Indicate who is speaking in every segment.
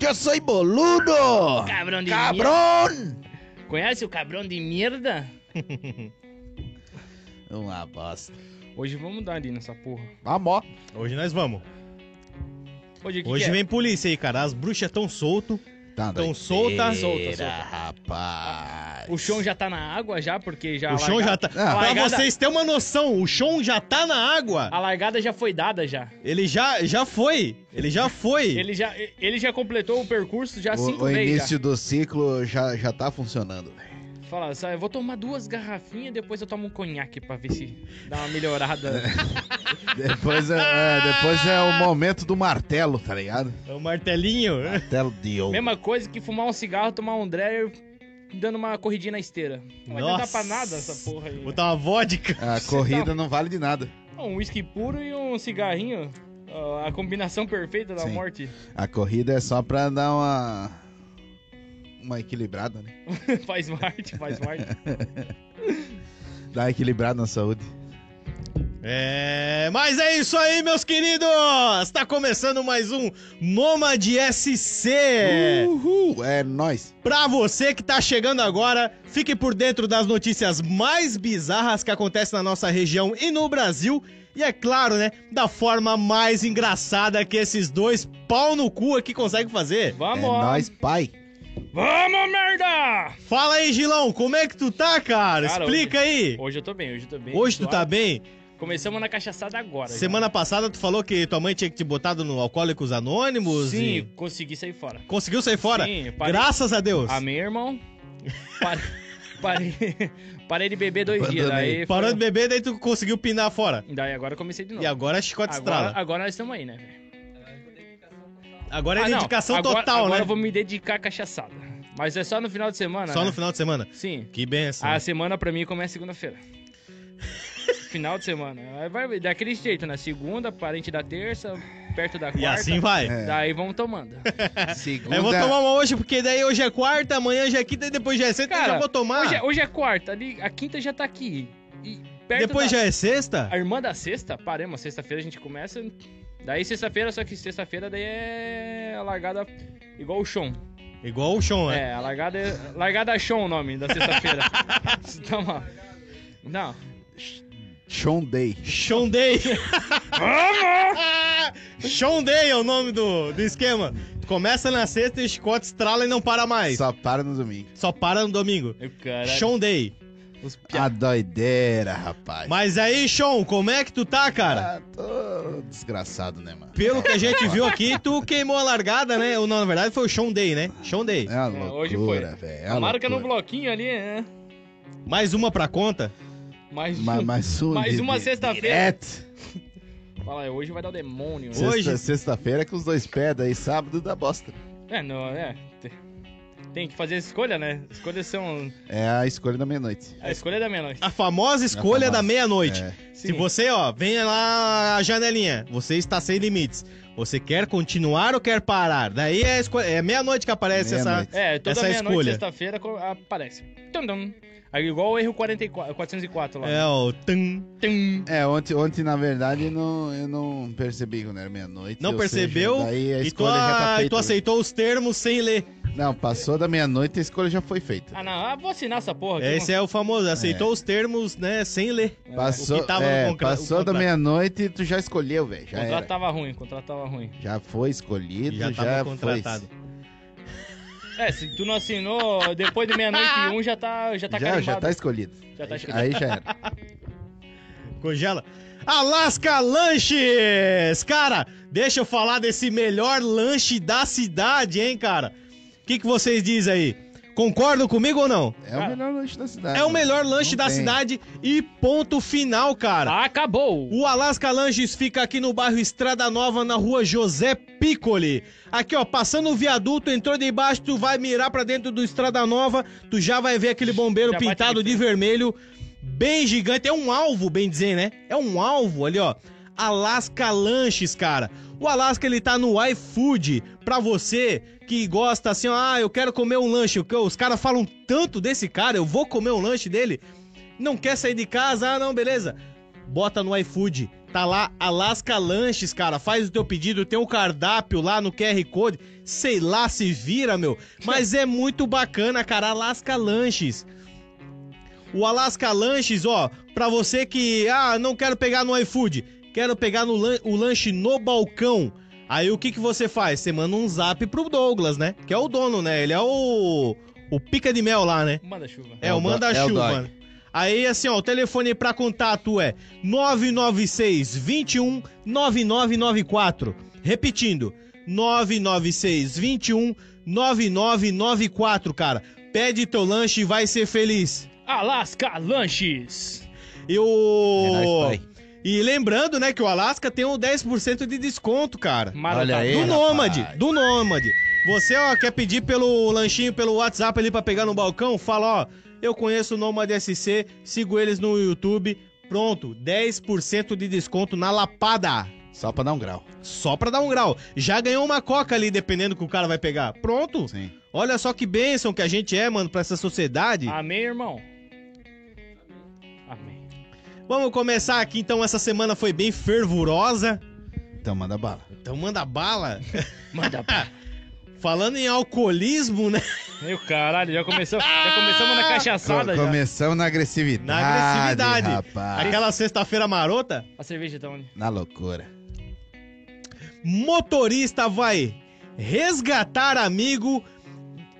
Speaker 1: Yo soy boludo!
Speaker 2: Cabrão de
Speaker 1: Cabrón!
Speaker 2: merda. Conhece o cabrão de merda?
Speaker 1: Uma bosta.
Speaker 2: Hoje vamos dar ali nessa porra.
Speaker 1: Amor.
Speaker 3: Hoje nós vamos.
Speaker 2: Hoje, o que
Speaker 3: Hoje
Speaker 2: que é?
Speaker 3: vem polícia aí, cara. As bruxas tão solto.
Speaker 1: Tá
Speaker 3: Então
Speaker 1: doideira,
Speaker 3: solta, solta,
Speaker 2: solta.
Speaker 1: rapaz.
Speaker 2: O chão já tá na água já, porque já... a
Speaker 3: o chão já
Speaker 2: largada-
Speaker 3: tá.
Speaker 1: Ah,
Speaker 3: pra
Speaker 2: largada-
Speaker 3: vocês terem uma noção, o chão já tá na água.
Speaker 2: A largada já foi dada já.
Speaker 3: Ele já, já foi. Ele já foi.
Speaker 2: Ele já, ele já completou o percurso
Speaker 3: tá
Speaker 2: já
Speaker 1: O,
Speaker 2: cinco
Speaker 1: o
Speaker 2: vezes
Speaker 1: início do ciclo já, já tá funcionando. velho.
Speaker 2: já. Fala, sabe, eu vou tomar duas garrafinhas, depois eu tomo um conhaque pra ver se dá uma melhorada.
Speaker 1: Depois é, é, depois é o momento do martelo, tá ligado?
Speaker 3: É O martelinho.
Speaker 1: Martelo de ouro.
Speaker 2: Mesma coisa que fumar um cigarro, tomar um dreyer, dando uma corridinha na esteira. Não vai
Speaker 3: Nossa.
Speaker 2: adiantar pra nada essa porra aí.
Speaker 3: Botar uma vodka.
Speaker 1: A
Speaker 3: tá-
Speaker 1: corrida não vale de nada.
Speaker 2: Um uísque puro e um cigarrinho, ó, a combinação perfeita da
Speaker 1: Sim.
Speaker 2: morte.
Speaker 1: A corrida é só pra dar uma. Uma equilibrada, né?
Speaker 2: faz parte, faz parte.
Speaker 1: Dar uma equilibrada na saúde.
Speaker 3: É, mas é isso aí, meus queridos! Tá começando mais um Nômade SC!
Speaker 1: Uhul! É nóis.
Speaker 3: Pra você que tá chegando agora, fique por dentro das notícias mais bizarras que acontecem na nossa região e no Brasil. E é claro, né, da forma mais engraçada que esses dois pau no cu aqui conseguem fazer.
Speaker 1: é
Speaker 2: Vamos!
Speaker 1: nóis, pai.
Speaker 2: Vamos, merda!
Speaker 3: Fala aí, Gilão, como é que tu tá, cara?
Speaker 2: Cara,
Speaker 3: Explica aí!
Speaker 2: Hoje eu tô bem, hoje eu tô bem.
Speaker 3: Hoje tu tá
Speaker 2: suave.
Speaker 3: bem?
Speaker 2: Começamos na cachaçada agora. já.
Speaker 3: Semana passada tu falou que tua mãe tinha que te botado no Alcoólicos Anônimos.
Speaker 2: Sim,
Speaker 3: e-
Speaker 2: consegui sair fora.
Speaker 3: Conseguiu sair fora?
Speaker 2: Sim, parei.
Speaker 3: Graças a Deus.
Speaker 2: Amém, irmão. Parei, parei, parei de beber dois dias.
Speaker 1: Abandonei.
Speaker 2: Daí,
Speaker 3: Parou
Speaker 2: foi-
Speaker 3: de beber, daí tu conseguiu pinar fora.
Speaker 2: daí agora eu comecei de novo.
Speaker 3: E agora é chicote
Speaker 2: agora,
Speaker 3: estrada.
Speaker 2: agora nós estamos aí, né? velho?
Speaker 3: Agora é
Speaker 2: Ah, não,
Speaker 3: dedicação
Speaker 2: agora-
Speaker 3: total,
Speaker 2: Agora
Speaker 3: né?
Speaker 2: eu vou me dedicar à cachaçada. Mas é só no final de semana.
Speaker 3: Só
Speaker 2: né?
Speaker 3: no final de semana.
Speaker 2: Sim.
Speaker 3: Que benção.
Speaker 2: A semana pra mim começa segunda-feira. Final de semana. Aí vai daquele jeito, né? Segunda, parente da terça, perto da quarta.
Speaker 3: e assim vai.
Speaker 1: É.
Speaker 2: Daí vamos tomando.
Speaker 1: Segunda.
Speaker 3: Eu vou tomar uma hoje, porque daí hoje é quarta, amanhã já é quinta, e depois já é sexta, eu
Speaker 2: Cara,
Speaker 3: já vou tomar.
Speaker 2: Hoje é, hoje é quarta, ali, a quinta já tá aqui. E perto
Speaker 3: depois
Speaker 2: da...
Speaker 3: já é sexta?
Speaker 2: A irmã da sexta, paremos, sexta-feira a gente começa. Daí sexta-feira, só que sexta-feira daí é a largada igual o chão.
Speaker 3: Igual o Sean, né?
Speaker 2: É, a largada é. Largada chão o nome da sexta-feira. Tá mal. Não.
Speaker 1: Sean Day.
Speaker 3: Sean Day. Sean Day é o nome do, do esquema. Começa na sexta, chicote estrala e não para mais. Só,
Speaker 1: Só para no domingo.
Speaker 3: para no domingo.
Speaker 2: Eu, Caralho.
Speaker 3: Sean Day.
Speaker 2: Os pia-
Speaker 1: A doideira, rapaz.
Speaker 3: Mas aí, Sean, como é que tu tá, cara?
Speaker 1: Ah, tô desgraçado, né, mano?
Speaker 3: Pelo que a gente viu aqui, tu queimou a largada, né? Ou, não, na verdade foi o Sean Day, né? Sean Day.
Speaker 1: É uma
Speaker 2: É,
Speaker 1: loucura,
Speaker 2: hoje
Speaker 1: velho. É uma
Speaker 2: Tomara que é no
Speaker 1: loucura.
Speaker 2: bloquinho ali, né?
Speaker 3: Mais uma pra conta.
Speaker 2: Mais um.
Speaker 1: Ma- mais um
Speaker 2: Mais
Speaker 1: de-
Speaker 2: uma
Speaker 1: de-
Speaker 2: sexta-feira.
Speaker 1: direto.
Speaker 2: Fala aí, hoje vai dar o demônio.
Speaker 3: Hoje?
Speaker 1: Sexta- Sexta-feira com os dois pés, daí sábado da bosta.
Speaker 2: É, não, é. Te- Tem que fazer escolha, né? Escolhas são.
Speaker 1: É a escolha da meia-noite.
Speaker 2: A escolha é da meia-noite.
Speaker 3: A famosa escolha
Speaker 1: famosa.
Speaker 3: da meia-noite.
Speaker 1: É.
Speaker 3: Ah, Se você, ó, vem lá a janelinha, você está sem limites. Você quer continuar ou quer parar? Daí é, a escolha- é meia-noite que aparece
Speaker 1: Meia-noite.
Speaker 2: É, toda
Speaker 3: Essa é a
Speaker 2: meia-noite,
Speaker 3: escolha.
Speaker 2: sexta-feira, co- aparece. Tum, tum. Aí, igual o erro 44, 404 lá.
Speaker 3: essa. É o tan.
Speaker 2: Tum.
Speaker 1: É, ontem, ontem na verdade, não, eu não percebi quando era meia-noite.
Speaker 3: Não
Speaker 1: ou
Speaker 3: percebeu,
Speaker 1: seja, daí a
Speaker 3: E tu,
Speaker 1: escolha já tá
Speaker 3: ah, e
Speaker 1: feita.
Speaker 3: tu aceitou os termos sem ler.
Speaker 1: Não, passou da meia-noite e a escolha já foi feita.
Speaker 2: Ah, não, ah, vou assinar essa porra aqui.
Speaker 3: Esse é o famoso, aceitou os termos, né, sem ler.
Speaker 2: É,
Speaker 1: Passou,
Speaker 3: o que tava no
Speaker 1: é,
Speaker 3: concre- o
Speaker 1: passou da
Speaker 3: contrato.
Speaker 1: meia-noite e tu já escolheu, velho.
Speaker 2: O
Speaker 1: Já,
Speaker 2: contrato
Speaker 1: era.
Speaker 2: tava ruim, o contrato tava ruim.
Speaker 1: já foi escolhido,
Speaker 3: E já
Speaker 1: já,
Speaker 3: tava
Speaker 1: foi.
Speaker 3: contratado.
Speaker 2: É, se tu não assinou, depois de meia-noite e um já tá, já tá
Speaker 1: Já,
Speaker 2: carimbado.
Speaker 1: já tá escolhido.
Speaker 2: Já tá escolhido.
Speaker 1: Aí já era.
Speaker 3: Congela. Alaska Lanches! Cara, deixa eu falar desse melhor lanche da cidade, hein, cara? O que, que vocês dizem aí? Concordam comigo ou não?
Speaker 1: É
Speaker 2: Cara,
Speaker 1: o melhor lanche da cidade.
Speaker 3: É o melhor lanche
Speaker 1: Não
Speaker 3: da
Speaker 1: tem.
Speaker 3: cidade e ponto final, cara.
Speaker 2: Ah, Acabou!
Speaker 3: O Alaska Lanches fica aqui no bairro Estrada Nova, na rua José Piccoli. Aqui, ó, passando o viaduto, entrou debaixo, tu vai mirar pra dentro do Estrada Nova, tu já vai ver aquele bombeiro
Speaker 2: Já bate
Speaker 3: pintado
Speaker 2: ali.
Speaker 3: de vermelho, bem gigante. É um alvo, bem dizer, né? É um alvo ali, ó. Alaska Lanches, cara. O Alaska, ele tá no iFood. Pra você que gosta assim, ó, ah, eu quero comer um lanche. Os caras falam tanto desse cara, eu vou comer um lanche dele. Não quer sair de casa? Ah, não, beleza. Bota no iFood. Tá lá, Alaska Lanches, cara. Faz o teu pedido, tem o cardápio lá no QR Code. Sei lá se vira, meu. Mas é muito bacana, cara. Alaska Lanches. O Alaska Lanches, ó, pra você que, ah, não quero pegar no iFood, quero pegar no lan- o lanche no balcão. Aí o que que você faz? Você manda um zap pro Douglas, né? Que é o dono, né? Ele é o. O pica de mel lá, né?
Speaker 2: Manda chuva.
Speaker 3: É,
Speaker 1: É
Speaker 3: o
Speaker 1: o do- é o
Speaker 3: manda-chuva.
Speaker 1: dog.
Speaker 3: mano. Aí, assim, ó, o telefone pra contato é 996 21 9994. Repetindo, 996 21 9994, cara. Pede teu lanche e vai ser feliz.
Speaker 2: Alaska Lanches.
Speaker 3: E
Speaker 1: É nóis,
Speaker 3: o...
Speaker 1: pai.
Speaker 3: e lembrando, né, que o Alasca tem um 10% de desconto, cara.
Speaker 2: Marotador.
Speaker 1: Olha aí.
Speaker 3: Do
Speaker 1: Ei,
Speaker 3: Nômade,
Speaker 1: rapaz.
Speaker 3: do Nômade. Você, ó, quer pedir pelo lanchinho, pelo WhatsApp ali pra pegar no balcão? Fala, ó, eu conheço o Nômade SC, sigo eles no YouTube. Pronto, 10% de desconto na lapada.
Speaker 1: Só pra dar um grau.
Speaker 3: Só pra dar um grau. Já ganhou uma coca ali, dependendo que o cara vai pegar. Pronto.
Speaker 1: Sim.
Speaker 3: Olha só que bênção que a gente é, mano, pra essa sociedade.
Speaker 2: Amém, irmão. Amém.
Speaker 3: Vamos começar aqui, então. Essa semana foi bem fervorosa.
Speaker 1: Então manda bala.
Speaker 3: Então manda bala.
Speaker 2: Manda pra.
Speaker 3: Falando em alcoolismo, né?
Speaker 2: Meu caralho, já começou. Já começamos na cachaçada
Speaker 1: Co-
Speaker 2: já.
Speaker 1: começamos na agressividade.
Speaker 3: Na agressividade.
Speaker 1: Rapaz.
Speaker 3: Aquela sexta-feira marota.
Speaker 2: A cerveja tá onde?
Speaker 1: Na loucura.
Speaker 3: motorista vai resgatar amigo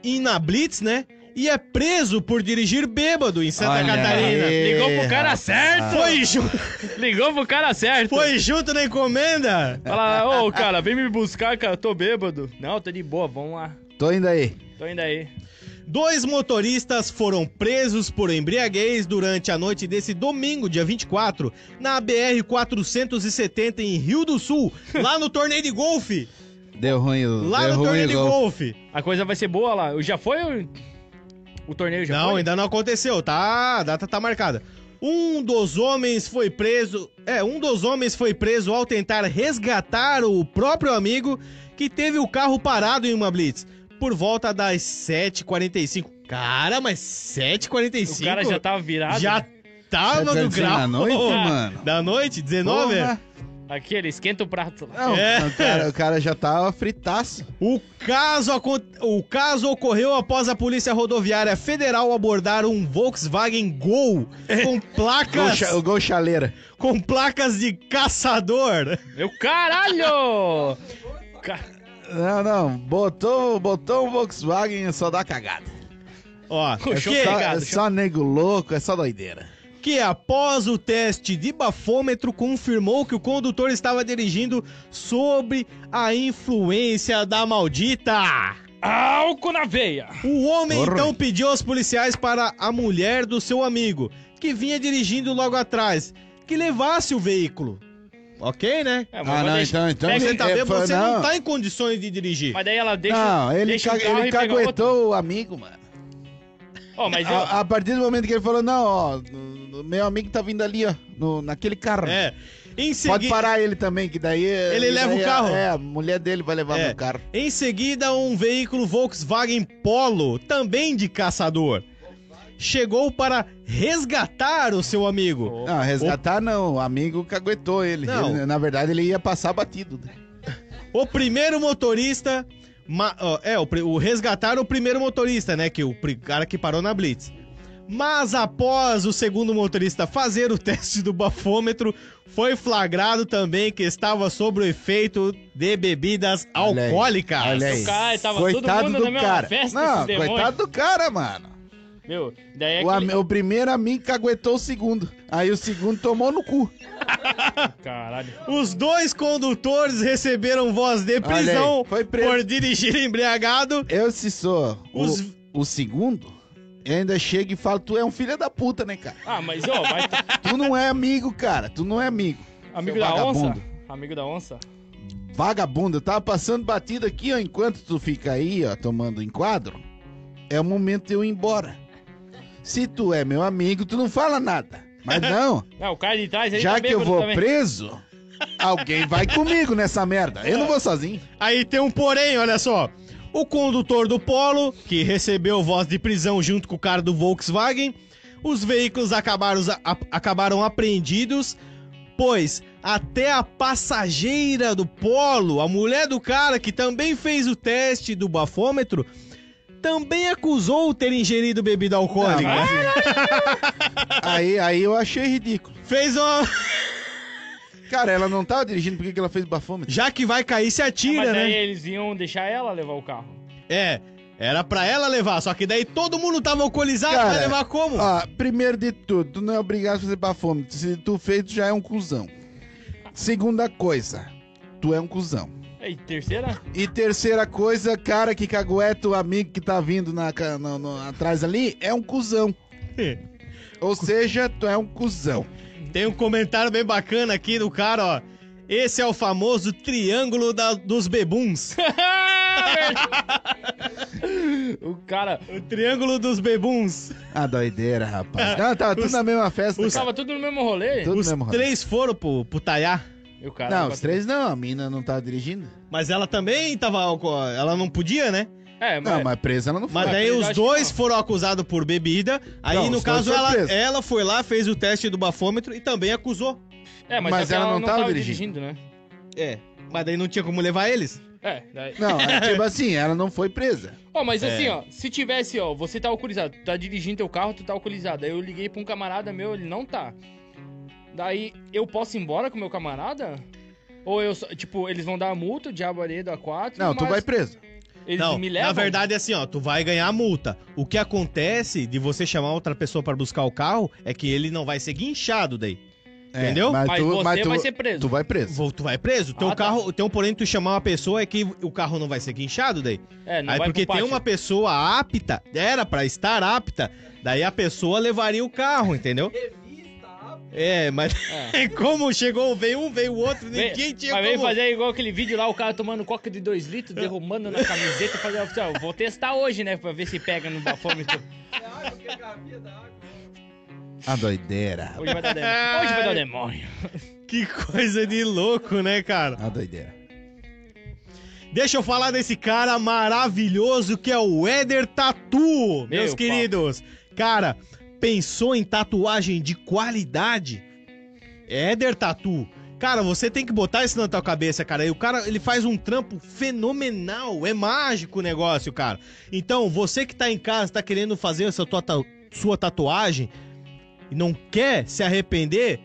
Speaker 3: em na Blitz, né? E é preso por dirigir bêbado em Santa
Speaker 1: Olha
Speaker 3: Catarina.
Speaker 1: aí, Ah.
Speaker 2: Ligou pro cara
Speaker 1: rapaz.
Speaker 2: certo.
Speaker 3: Foi, ju-
Speaker 2: Ligou pro cara certo.
Speaker 3: foi junto na encomenda?
Speaker 2: Fala, ô cara, vem me buscar, cara, tô bêbado. Não, tô de boa, vamos lá.
Speaker 1: Tô indo aí.
Speaker 2: Tô indo aí.
Speaker 3: Dois motoristas foram presos por embriaguez durante a noite desse domingo, dia 24, na BR-470 em Rio do Sul, lá no torneio de golfe.
Speaker 1: Deu ruim. o-
Speaker 3: Lá
Speaker 1: deu
Speaker 3: no
Speaker 1: ruim
Speaker 3: torneio
Speaker 1: o
Speaker 3: de
Speaker 1: gol.
Speaker 3: golfe.
Speaker 2: A coisa vai ser boa lá. Já foi o, o torneio? Já
Speaker 3: não,
Speaker 2: foi?
Speaker 3: ainda não aconteceu, tá? A data tá marcada. Um dos homens foi preso. É, um dos homens foi preso ao tentar resgatar o próprio amigo que teve o carro parado em uma blitz por volta das 7h45. Cara, mas 7h45?
Speaker 2: O cara já tá tava virado.
Speaker 3: já tava no
Speaker 1: 7h45 É da
Speaker 3: grau.
Speaker 1: assim noite, mano?
Speaker 3: Da noite? 19? é?
Speaker 1: Porra.
Speaker 2: Aqui, ele esquenta o prato lá.
Speaker 1: Não,
Speaker 3: É.
Speaker 1: o, cara, o cara já tava fritaço.
Speaker 3: O caso, acon- o caso ocorreu após a Polícia Rodoviária Federal abordar um Volkswagen Gol
Speaker 2: É.
Speaker 3: com
Speaker 1: Gol,
Speaker 3: placas.
Speaker 1: cha- o gol chaleira.
Speaker 3: com placas de caçador.
Speaker 2: Meu caralho! Ca-
Speaker 1: Não, não. Botou, botou um Volkswagen e só dá cagada.
Speaker 3: Ó,
Speaker 2: Puxou
Speaker 3: que,
Speaker 2: pra-
Speaker 1: Só, é
Speaker 2: Cagado,
Speaker 1: só nego louco, é só doideira.
Speaker 3: que após o teste de bafômetro confirmou que o condutor estava dirigindo sobre a influência da maldita.
Speaker 2: Álcool na veia!
Speaker 3: O homem
Speaker 1: Porra.
Speaker 3: então pediu aos policiais para a mulher do seu amigo, que vinha dirigindo logo atrás, que levasse o veículo. Ok, né?
Speaker 2: É, mas
Speaker 1: ah,
Speaker 2: vai
Speaker 1: não, então,
Speaker 2: deixar-
Speaker 1: então.
Speaker 2: pega-
Speaker 3: Você
Speaker 1: ele-
Speaker 3: tá
Speaker 1: é,
Speaker 3: bêbado,
Speaker 1: foi-
Speaker 3: você não tá em condições de dirigir.
Speaker 2: Mas daí ela deixa.
Speaker 1: não, ele,
Speaker 2: deixa o
Speaker 1: caga-
Speaker 2: carro
Speaker 1: ele
Speaker 2: e pega
Speaker 1: caguetou o amigo, mano.
Speaker 2: outro. Ó, mas ó,
Speaker 1: A, a partir do momento que ele falou, não, ó, n- meu amigo tá vindo ali, ó, no, naquele carro.
Speaker 3: É. Em
Speaker 1: Pode
Speaker 3: seguida,
Speaker 1: parar ele também, que daí.
Speaker 3: Ele
Speaker 1: daí
Speaker 3: leva o
Speaker 1: a-
Speaker 3: carro.
Speaker 1: É, a mulher dele vai levar
Speaker 3: É.
Speaker 1: meu carro.
Speaker 3: Em seguida, um veículo Volkswagen Polo, também de caçador, chegou para resgatar o seu amigo.
Speaker 2: ó,
Speaker 1: Não, Ah, resgatar não, o amigo caguetou ele.
Speaker 3: Não.
Speaker 1: Ele, Na verdade, ele ia passar batido. né?
Speaker 3: O primeiro motorista. ma- ó, é, o, pri- o resgatar o primeiro motorista, né? Que o pri- cara que parou na Blitz. Mas após o segundo motorista fazer o teste do bafômetro, foi flagrado também que estava sob o efeito de bebidas
Speaker 1: Olha aí,
Speaker 3: alcoólicas.
Speaker 1: Olha aí.
Speaker 2: caralho, tava todo
Speaker 1: coitado
Speaker 2: mundo
Speaker 1: do
Speaker 2: na mesma
Speaker 1: cara.
Speaker 2: festa,
Speaker 1: não,
Speaker 2: esse demônio.
Speaker 1: coitado do cara, mano.
Speaker 2: meu, daí é
Speaker 1: o,
Speaker 2: aquele...
Speaker 1: ami- o primeiro amigo caguetou o segundo. Aí o segundo tomou no cu.
Speaker 2: Caralho.
Speaker 3: Os dois condutores receberam voz de
Speaker 1: Olha aí,
Speaker 3: prisão
Speaker 1: foi preso.
Speaker 3: por dirigir embriagado.
Speaker 1: Eu, se sou
Speaker 3: Os-
Speaker 1: o, o segundo, eu ainda chego e falo, tu é um filho da puta, né, cara?
Speaker 2: Ah, mas ó, mas
Speaker 1: Tu não é amigo, cara. Tu não é amigo.
Speaker 2: amigo
Speaker 1: Seu
Speaker 2: da onça.
Speaker 1: vagabundo.
Speaker 2: Amigo da onça.
Speaker 1: Vagabundo, eu tava passando batido aqui, ó. Enquanto tu fica aí, ó, tomando enquadro, é o momento de eu ir embora. Se tu é meu amigo, tu não fala nada. Mas não,
Speaker 2: Não, o cara de trás ele
Speaker 1: já
Speaker 2: tá
Speaker 1: que eu
Speaker 2: bêbado
Speaker 1: vou
Speaker 2: também.
Speaker 1: preso, alguém vai comigo nessa merda. Eu não vou sozinho.
Speaker 3: Aí tem um porém, olha só. O condutor do Polo, que recebeu voz de prisão junto com o cara do Volkswagen, os veículos acabaram, a- acabaram apreendidos, pois até a passageira do polo, a mulher do cara que também fez o teste do bafômetro, também acusou ter ingerido bebida
Speaker 2: Ah,
Speaker 3: alcoólica.
Speaker 1: Não, mas- aí, aí eu achei ridículo.
Speaker 3: Fez uma.
Speaker 1: Cara, ela não tava dirigindo, por que que ela fez bafômetro?
Speaker 3: Já que vai cair, se
Speaker 2: Ah,
Speaker 3: atira,
Speaker 2: mas aí
Speaker 3: né?
Speaker 2: eles iam deixar ela levar o carro.
Speaker 3: É. Era pra ela levar, só que daí todo mundo tava alcoolizado,
Speaker 1: Cara,
Speaker 3: vai levar como?
Speaker 1: Ó, primeiro de tudo, tu não é obrigado a fazer bafômetro. Se tu fez, tu já é um cuzão. Segunda coisa, tu é um cuzão.
Speaker 2: E terceira?
Speaker 1: E terceira coisa, cara que cagueta o amigo que tá vindo na, ca- no- no- atrás ali é um cuzão.
Speaker 2: É.
Speaker 1: Ou seja, tu é um cuzão.
Speaker 3: Tem um comentário bem bacana aqui do cara, ó. Esse é o famoso triângulo da- dos bebuns.
Speaker 2: o cara.
Speaker 3: o triângulo dos bebuns.
Speaker 1: A doideira, rapaz. Não, tava tudo
Speaker 3: Os-
Speaker 1: na mesma festa.
Speaker 2: Os...
Speaker 1: cara.
Speaker 2: Tava tudo no mesmo rolê?
Speaker 1: Tudo
Speaker 3: Os
Speaker 1: mesmo, Ronaldo.
Speaker 3: três foram pro, pro Taiá,
Speaker 2: E o cara.
Speaker 1: Não, os três não, a mina não tava dirigindo.
Speaker 3: mas ela também tava. alco- Ela não podia, né?
Speaker 2: É, mas.
Speaker 1: Não, mas presa ela não foi.
Speaker 3: Mas
Speaker 2: Ah,
Speaker 3: daí
Speaker 2: eu
Speaker 3: os
Speaker 2: acho que
Speaker 3: dois
Speaker 2: não.
Speaker 3: foram acusados por bebida. Aí,
Speaker 1: Não,
Speaker 3: no
Speaker 1: os dois
Speaker 3: caso,
Speaker 1: foram
Speaker 3: ela,
Speaker 1: presos.
Speaker 3: ela foi lá, fez o teste do bafômetro e também acusou.
Speaker 2: É, mas,
Speaker 1: mas
Speaker 2: só que
Speaker 1: ela não tava
Speaker 2: né?
Speaker 3: É. Mas daí não tinha como levar eles.
Speaker 2: É, daí.
Speaker 1: Não, é tipo assim, ela não foi presa.
Speaker 2: Ó, mas
Speaker 3: É.
Speaker 2: assim, ó, se tivesse, ó, você tá alcoolizado, tu tá dirigindo teu carro, tu tá alcoolizado. Aí eu liguei pra um camarada meu, ele não tá. Daí eu posso ir embora com meu camarada? Ou eu só, tipo, eles vão dar a multa, o diabo ali é da 4.
Speaker 1: Não, tu vai preso.
Speaker 2: Eles
Speaker 3: não,
Speaker 2: me levam.
Speaker 3: na verdade é assim, ó, tu vai ganhar a multa. O que acontece de você chamar outra pessoa pra buscar o carro é que ele não vai ser guinchado daí.
Speaker 1: É,
Speaker 3: Entendeu?
Speaker 1: Mas,
Speaker 2: mas
Speaker 1: tu,
Speaker 2: você
Speaker 1: mas tu,
Speaker 2: vai ser preso.
Speaker 1: tu vai preso.
Speaker 3: Vo- Tu vai preso. Teu
Speaker 2: Ah, tá.
Speaker 3: carro, teu porém tu chamar uma pessoa é que o carro não vai ser guinchado daí.
Speaker 2: É, não
Speaker 3: Aí
Speaker 2: vai
Speaker 3: porque
Speaker 2: pro
Speaker 3: tem
Speaker 2: pátio.
Speaker 3: uma pessoa apta, era pra estar apta, daí a pessoa levaria o carro, entendeu? É, mas
Speaker 2: É.
Speaker 3: é como chegou, veio um, veio o outro,
Speaker 2: Vem-
Speaker 3: ninguém tinha
Speaker 2: mas
Speaker 3: como.
Speaker 2: vem fazer igual aquele vídeo lá, o cara tomando coca de 2 litros, derrubando na camiseta e fazendo assim, ó, vou testar hoje, né, pra ver se pega no bafômetro.
Speaker 1: A doideira.
Speaker 2: Hoje vai dar demônio. Hoje vai
Speaker 1: É,
Speaker 2: dar demônio.
Speaker 3: Que coisa de louco, né, cara?
Speaker 1: A doideira.
Speaker 3: Deixa eu falar desse cara maravilhoso que é o Éder Tatu,
Speaker 2: Meu
Speaker 3: meus
Speaker 2: pau.
Speaker 3: queridos. Cara, pensou em tatuagem de qualidade? Éder Tatu. Cara, você tem que botar isso na tua cabeça, cara. E o cara, ele faz um trampo fenomenal. É mágico o negócio, cara. Então, você que tá em casa, tá querendo fazer essa tua, ta- sua tatuagem e não quer se arrepender,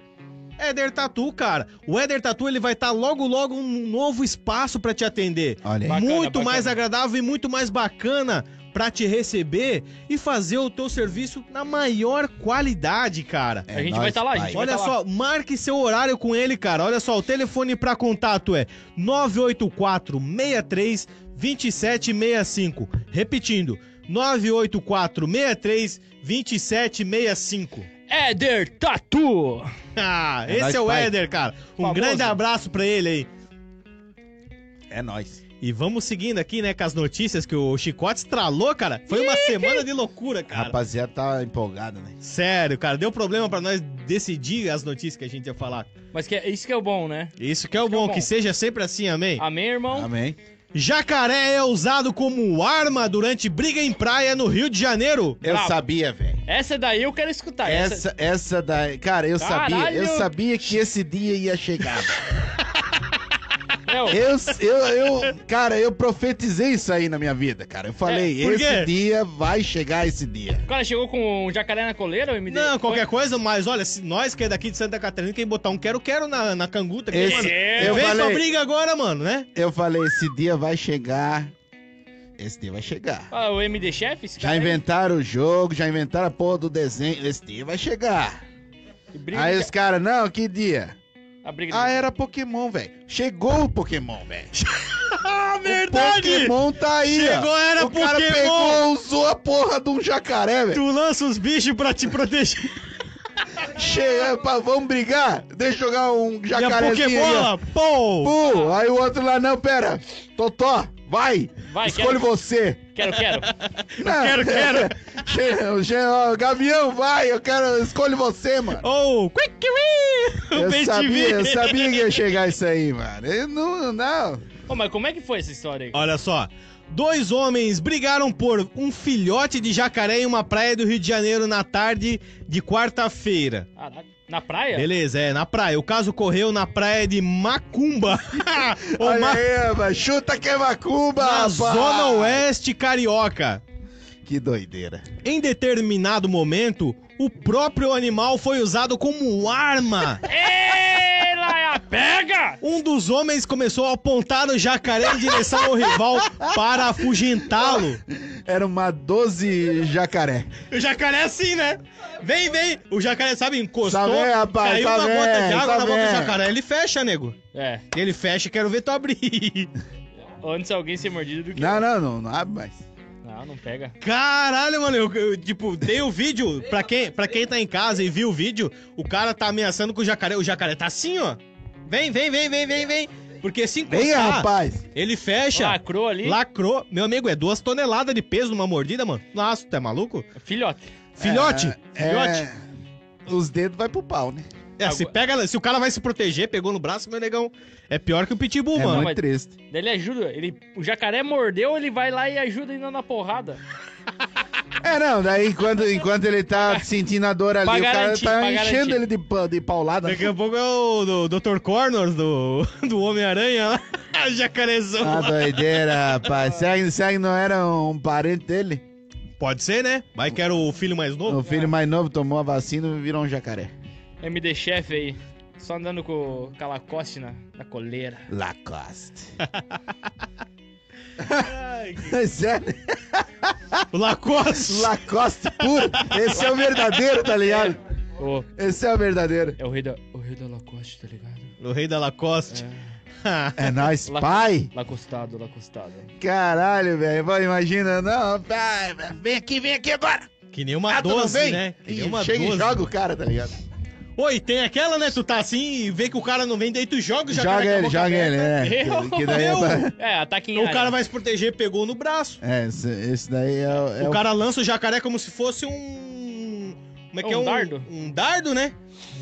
Speaker 3: Éder Tatu, cara. O Éder Tatu, ele vai estar logo, logo um novo espaço pra te atender.
Speaker 1: Olha aí.
Speaker 2: Bacana,
Speaker 3: muito
Speaker 2: bacana.
Speaker 3: mais agradável e muito mais bacana pra te receber e fazer o teu serviço na maior qualidade, cara.
Speaker 1: É
Speaker 2: a gente
Speaker 1: nóis,
Speaker 2: vai tá lá, a gente
Speaker 1: pai.
Speaker 3: Olha
Speaker 2: tá lá.
Speaker 3: só, marque seu horário com ele, cara. Olha só, o telefone pra contato é 984 63 2765. Repetindo, 984 63 2765.
Speaker 2: Éder Tatu!
Speaker 3: Ah,
Speaker 1: É
Speaker 3: esse
Speaker 1: nóis,
Speaker 3: é o
Speaker 1: pai.
Speaker 3: Éder, cara. Um
Speaker 2: Famoso.
Speaker 3: grande abraço pra ele aí.
Speaker 1: É nóis.
Speaker 3: E vamos seguindo aqui, né, com as notícias que o Chicote estralou, cara. Foi uma semana de loucura,
Speaker 1: A
Speaker 3: cara.
Speaker 1: rapaziada tá empolgada, né?
Speaker 3: Sério, cara, deu problema pra nós decidir as notícias que a gente ia falar.
Speaker 2: Mas que é, isso que é o bom, né?
Speaker 3: Isso que é o
Speaker 2: é o
Speaker 3: bom,
Speaker 2: bom.
Speaker 3: que seja sempre assim, amém?
Speaker 2: Amém, irmão?
Speaker 1: Amém.
Speaker 3: Jacaré é usado como arma durante briga em praia no Rio de Janeiro.
Speaker 1: Eu
Speaker 2: Bravo.
Speaker 1: sabia, velho.
Speaker 2: Essa daí eu quero escutar.
Speaker 1: Essa, essa daí. Cara, eu sabia.
Speaker 2: Caralho.
Speaker 1: Eu sabia que esse dia ia chegar. velho.
Speaker 2: Meu,
Speaker 1: eu, eu, eu, cara, eu profetizei isso aí na minha vida, cara. Eu falei,
Speaker 3: por quê?
Speaker 1: esse dia vai chegar esse dia.
Speaker 2: o cara chegou com um jacaré na coleira, o MD.
Speaker 3: Não, qualquer coisa, mas olha, se nós que é daqui de Santa Catarina, quem botar um quero-quero na, na canguta aqui,
Speaker 1: Esse-
Speaker 3: mano.
Speaker 2: É,
Speaker 1: eu
Speaker 3: Vem
Speaker 1: falei-
Speaker 3: sua briga agora, mano, né?
Speaker 1: Eu falei, esse dia vai chegar. Esse dia vai chegar.
Speaker 2: Ah, o MD chefe? esse
Speaker 1: Já
Speaker 2: cara aí?
Speaker 1: inventaram o jogo, já inventaram a porra do desenho. Esse dia vai chegar.
Speaker 2: Briga
Speaker 1: Aí
Speaker 2: de-
Speaker 1: os caras, não, que dia?
Speaker 2: A briga de-
Speaker 1: Ah, era Pokémon, velho. Chegou o Pokémon, velho.
Speaker 3: Ah,
Speaker 1: Pokémon tá aí. ó.
Speaker 3: Chegou, era
Speaker 1: o cara
Speaker 3: Pokémon.
Speaker 1: pegou, usou a porra de um jacaré, velho.
Speaker 3: Tu lança os bichos pra te proteger.
Speaker 1: Chega, é, pá, vamos brigar? Deixa eu jogar um
Speaker 3: E a
Speaker 1: jacarezinho aí, ó.
Speaker 3: Pokébola, pô!
Speaker 1: Pô, aí o outro lá, não, pera. Totó, vai.
Speaker 2: Vai,
Speaker 1: Escolhe
Speaker 2: quero,
Speaker 1: você.
Speaker 2: quero, quero.
Speaker 1: Não.
Speaker 3: Quero, quero!
Speaker 1: Che- che- ó, Gavião, vai, eu quero, escolhe você, mano.
Speaker 3: Ou, Oh, quick, O
Speaker 1: Eu
Speaker 3: Bem
Speaker 1: sabia, eu
Speaker 3: TV!
Speaker 1: sabia que ia chegar isso aí, mano. Eu não, não. Ah.
Speaker 2: Ô, mas como é que foi essa história aí?
Speaker 3: Olha só, Dois homens brigaram por um filhote de jacaré em uma praia do Rio de Janeiro na tarde de quarta-feira.
Speaker 2: Caraca. Na praia?
Speaker 3: Beleza, é, na praia. O caso ocorreu na praia de Macumba. ou
Speaker 1: Olha
Speaker 3: Ma-
Speaker 1: aí, rapaz, chuta que é macumba,
Speaker 3: na
Speaker 1: rapaz.
Speaker 3: zona oeste carioca.
Speaker 1: Que doideira.
Speaker 3: Em determinado momento, o próprio animal foi usado como arma.
Speaker 2: Ei, Laia, é pega!
Speaker 3: Um dos homens começou a apontar o jacaré em direção ao rival para afugentá-lo.
Speaker 1: Era uma 12 jacaré.
Speaker 3: O jacaré é assim, né? Vem, vem. O jacaré, sabe, encostou,
Speaker 1: Tá vendo, rapaz?
Speaker 3: caiu
Speaker 1: Tá
Speaker 3: na gota de
Speaker 1: vendo,
Speaker 3: água
Speaker 1: tá
Speaker 3: na boca do
Speaker 1: vendo.
Speaker 3: jacaré. Ele fecha, nego.
Speaker 2: É,
Speaker 3: Ele fecha, quero ver tu abrir.
Speaker 2: antes alguém ser mordido do que...
Speaker 1: Não, não, não, não abre mais.
Speaker 2: Não, não pega.
Speaker 3: Caralho, mano, eu, eu, tipo, dei o vídeo pra quem, pra quem tá em casa e viu o vídeo, o cara tá ameaçando com o jacaré. O jacaré tá assim, ó. Vem, vem, vem, vem, vem, vem. Porque se
Speaker 1: Vem,
Speaker 2: Ah!
Speaker 3: encostar,
Speaker 1: rapaz.
Speaker 3: ele fecha,
Speaker 2: Lacrou ali,
Speaker 3: lacrou. Meu amigo, é duas toneladas de peso numa mordida, mano. Nossa, tu é maluco?
Speaker 2: filhote.
Speaker 3: Filhote,
Speaker 1: É,
Speaker 3: filhote.
Speaker 1: os dedos vai pro pau, né?
Speaker 3: É, se, pega, se o cara vai se proteger, pegou no braço, meu negão, é pior que o pitbull,
Speaker 1: é
Speaker 3: mano.
Speaker 1: muito
Speaker 2: mas-
Speaker 1: triste.
Speaker 2: Daí ele ajuda, ele, o jacaré mordeu, ele vai lá e ajuda ainda na porrada.
Speaker 1: É, não, daí enquanto, enquanto ele tá sentindo a dor ali,
Speaker 2: Pra
Speaker 1: o cara
Speaker 2: garantir, pra
Speaker 1: tá enchendo
Speaker 2: garantir.
Speaker 1: ele de, pa- de paulada.
Speaker 3: Daqui a pouco é o do- Dr. Corners do, do Homem-Aranha lá. Jacarezão.
Speaker 1: Ah,
Speaker 3: lá.
Speaker 1: doideira, rapaz. Será, será que não era um parente dele?
Speaker 3: Pode ser, né? Vai que era o filho mais novo.
Speaker 1: O filho mais Ah. novo tomou a vacina e virou um jacaré.
Speaker 2: MD chefe aí, só andando com, com a Lacoste na, na coleira.
Speaker 1: Lacoste.
Speaker 3: Ai, que-
Speaker 1: Sério?
Speaker 3: O Lacoste.
Speaker 1: é Lacoste puro. Esse é o verdadeiro, tá ligado?
Speaker 2: Ô,
Speaker 1: Esse é o verdadeiro.
Speaker 2: é o rei da, o rei da Lacoste, tá ligado?
Speaker 3: O rei da Lacoste.
Speaker 1: É nóis, pai.
Speaker 2: Lacostado, Lacostado.
Speaker 1: Caralho, velho. Vai, Imagina, não. Pai, vem aqui, vem aqui agora.
Speaker 3: que nem uma
Speaker 1: Ah, tu não
Speaker 3: 12,
Speaker 1: vem?
Speaker 3: né? Que nem
Speaker 1: Ih,
Speaker 3: uma
Speaker 1: Chega
Speaker 3: 12.
Speaker 1: e joga o cara, tá ligado?
Speaker 3: Oi, tem aquela, né? Tu tá assim e vê que o cara não vem, daí tu joga o
Speaker 1: Joga
Speaker 3: jacaré com a
Speaker 1: ele,
Speaker 3: boca
Speaker 1: joga ele,
Speaker 3: aberta.
Speaker 1: é.
Speaker 2: Meu,
Speaker 1: Que, que daí é pra-
Speaker 2: É, ataque em
Speaker 3: Então o cara
Speaker 2: área.
Speaker 3: vai se proteger, pegou no braço.
Speaker 1: É, esse, esse daí é, o- é
Speaker 3: o
Speaker 1: o
Speaker 3: cara lança o jacaré como se fosse um... Como é que é?
Speaker 2: Um dardo.
Speaker 3: Um dardo, né?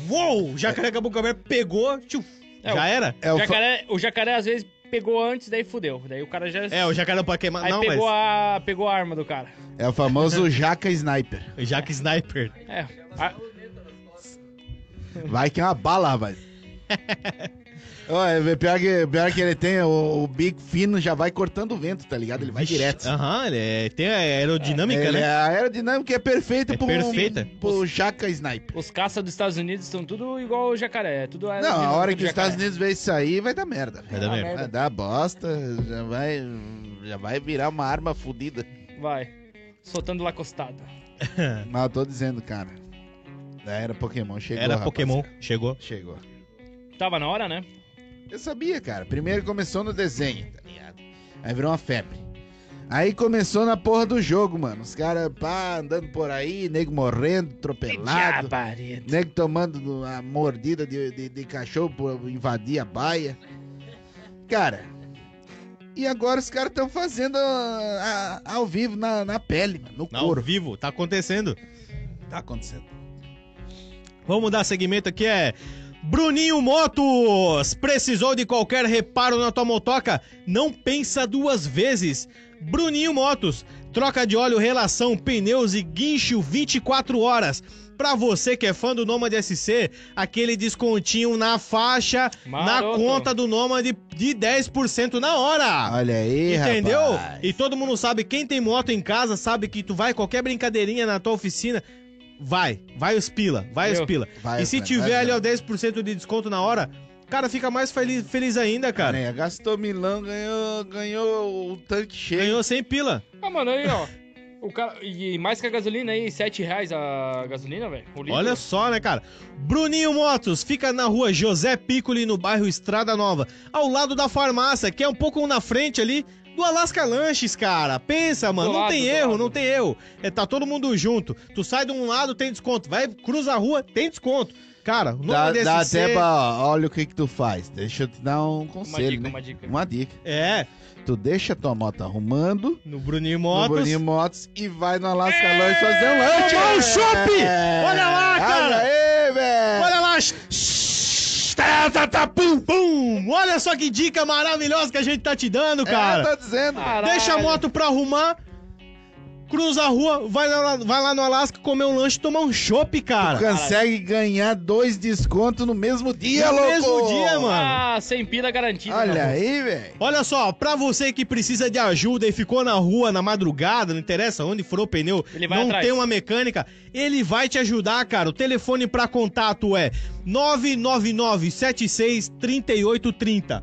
Speaker 3: Uou! O jacaré com a boca aberta pegou, tchuf,
Speaker 2: É,
Speaker 3: já
Speaker 2: o-
Speaker 3: era.
Speaker 1: É
Speaker 2: O
Speaker 1: o fa-
Speaker 2: jacaré, o jacaré às vezes pegou antes, daí fudeu. Daí o cara já.
Speaker 3: É, o jacaré não pode queimar.
Speaker 2: Aí
Speaker 3: não,
Speaker 2: pegou,
Speaker 3: mas...
Speaker 2: a, pegou a arma do cara.
Speaker 1: É o famoso Jaca Sniper.
Speaker 3: Jack Sniper.
Speaker 2: É. a-
Speaker 1: Vai que é uma bala, rapaz. Ó, é pior, que, pior que ele tem o, o bico fino, já vai cortando o vento, tá ligado? Ele vai direto.
Speaker 3: Aham, ele é- tem a aerodinâmica,
Speaker 1: Ele-
Speaker 3: né?
Speaker 1: A aerodinâmica é perfeita
Speaker 3: É
Speaker 1: pro,
Speaker 3: perfeita.
Speaker 1: pro Jaca Sniper.
Speaker 2: os caças dos Estados Unidos estão tudo igual o jacaré. é Tudo
Speaker 1: Não, a hora
Speaker 2: do
Speaker 1: que os
Speaker 2: jacaré.
Speaker 1: Estados Unidos vê isso aí, vai dar merda.
Speaker 3: Vai
Speaker 1: velho.
Speaker 3: dar
Speaker 2: Ah,
Speaker 3: merda.
Speaker 1: Vai dar É, bosta, já vai, já vai virar uma arma fodida.
Speaker 2: Vai. Soltando lacostada.
Speaker 3: É.
Speaker 1: Mas eu tô dizendo, cara. Era Pokémon, chegou.
Speaker 3: Era
Speaker 1: é- rapaz.
Speaker 3: Pokémon, chegou.
Speaker 1: Chegou.
Speaker 2: Tava na hora, né?
Speaker 1: Eu sabia, cara. Primeiro começou no desenho, tá ligado? Aí virou uma febre. Aí começou na porra do jogo, mano. Os caras, pá, andando por aí, nego morrendo, atropelado.
Speaker 2: Jabareta.
Speaker 1: Nego tomando a mordida de, de- de cachorro por invadir a baia. Cara, e agora os caras estão fazendo ah, ah, ao vivo na, na pele, mano, no
Speaker 3: Ao
Speaker 1: couro.
Speaker 3: vivo, tá acontecendo.
Speaker 1: Tá acontecendo.
Speaker 3: Vamos dar seguimento aqui, é... Bruninho Motos! Precisou de qualquer reparo na tua motoca? Não pensa duas vezes. Bruninho Motos, troca de óleo, relação, pneus e guincho 24 horas. Pra você que é fã do Nômade SC, aquele descontinho na faixa, na
Speaker 2: Maroto.
Speaker 3: conta do Nômade de 10% na hora.
Speaker 1: Ah, Olha aí,
Speaker 3: Entendeu?
Speaker 1: rapaz.
Speaker 3: E todo mundo sabe, quem tem moto em casa sabe que tu vai qualquer brincadeirinha na tua oficina, vai, vai os pila, vai os
Speaker 2: Meu.
Speaker 3: pila.
Speaker 1: Vai,
Speaker 3: e se
Speaker 1: vai,
Speaker 3: tiver
Speaker 1: vai,
Speaker 3: ali, ó,
Speaker 1: vai.
Speaker 3: 10% de desconto na hora, o cara fica mais feliz, feliz ainda, cara.
Speaker 1: Né, gastou milão, ganhou, ganhou o tanque cheio.
Speaker 3: Ganhou 100 pila.
Speaker 2: Ah, mano, aí, ó. O cara... E mais que a gasolina aí, R$ 7 reais a gasolina, velho. o litro.
Speaker 3: Olha só, né, cara? Bruninho Motos fica na rua José Piccoli, no bairro Estrada Nova, ao lado da farmácia, que é um pouco na frente ali do Alaska Lanches, cara. Pensa, mano,
Speaker 2: Do
Speaker 3: não
Speaker 2: lado,
Speaker 3: tem
Speaker 2: do
Speaker 3: erro,
Speaker 2: lado.
Speaker 3: não tem erro. É, tá todo mundo junto. Tu sai de um lado, tem desconto. Vai, cruza a rua, tem desconto. Cara, o nome
Speaker 1: Dá,
Speaker 3: desse
Speaker 1: dá
Speaker 3: C-
Speaker 1: até pra, ó, olha o que que tu faz. Deixa eu te dar um
Speaker 2: Uma
Speaker 1: conselho,
Speaker 2: dica,
Speaker 1: né?
Speaker 2: uma dica.
Speaker 1: Uma dica.
Speaker 3: É,
Speaker 1: Tu deixa tua moto arrumando
Speaker 3: no Bruninho
Speaker 1: no
Speaker 3: Motos.
Speaker 1: Bruninho Motos e vai no Alaska Lanche fazer um lanche.
Speaker 3: tomar um chopp! Olha lá, cara!
Speaker 1: É. Olha aí, velho!
Speaker 3: Olha lá! Tá, tá, tá, pum, pum! Então, olha só que dica maravilhosa que a gente tá te dando,
Speaker 1: Cara,
Speaker 3: cara.
Speaker 1: tá dizendo. velho.
Speaker 2: Caralho.
Speaker 3: Deixa a moto pra arrumar, cruza a rua, vai lá, vai lá no Alasca comer um lanche e tomar um chopp,
Speaker 1: Tu
Speaker 3: cara.
Speaker 1: consegue ganhar dois descontos no mesmo dia,
Speaker 3: No
Speaker 1: louco.
Speaker 3: mesmo dia, mano.
Speaker 2: Ah, sem pila garantida. né,
Speaker 1: Olha
Speaker 2: meu irmão.
Speaker 1: aí, velho.
Speaker 3: Olha só, pra você que precisa de ajuda e ficou na rua na madrugada, não interessa onde for o pneu,
Speaker 2: Ele vai
Speaker 3: não
Speaker 2: atrás.
Speaker 3: tem uma mecânica, ele vai te ajudar, cara. O telefone pra contato é 999 76 3830.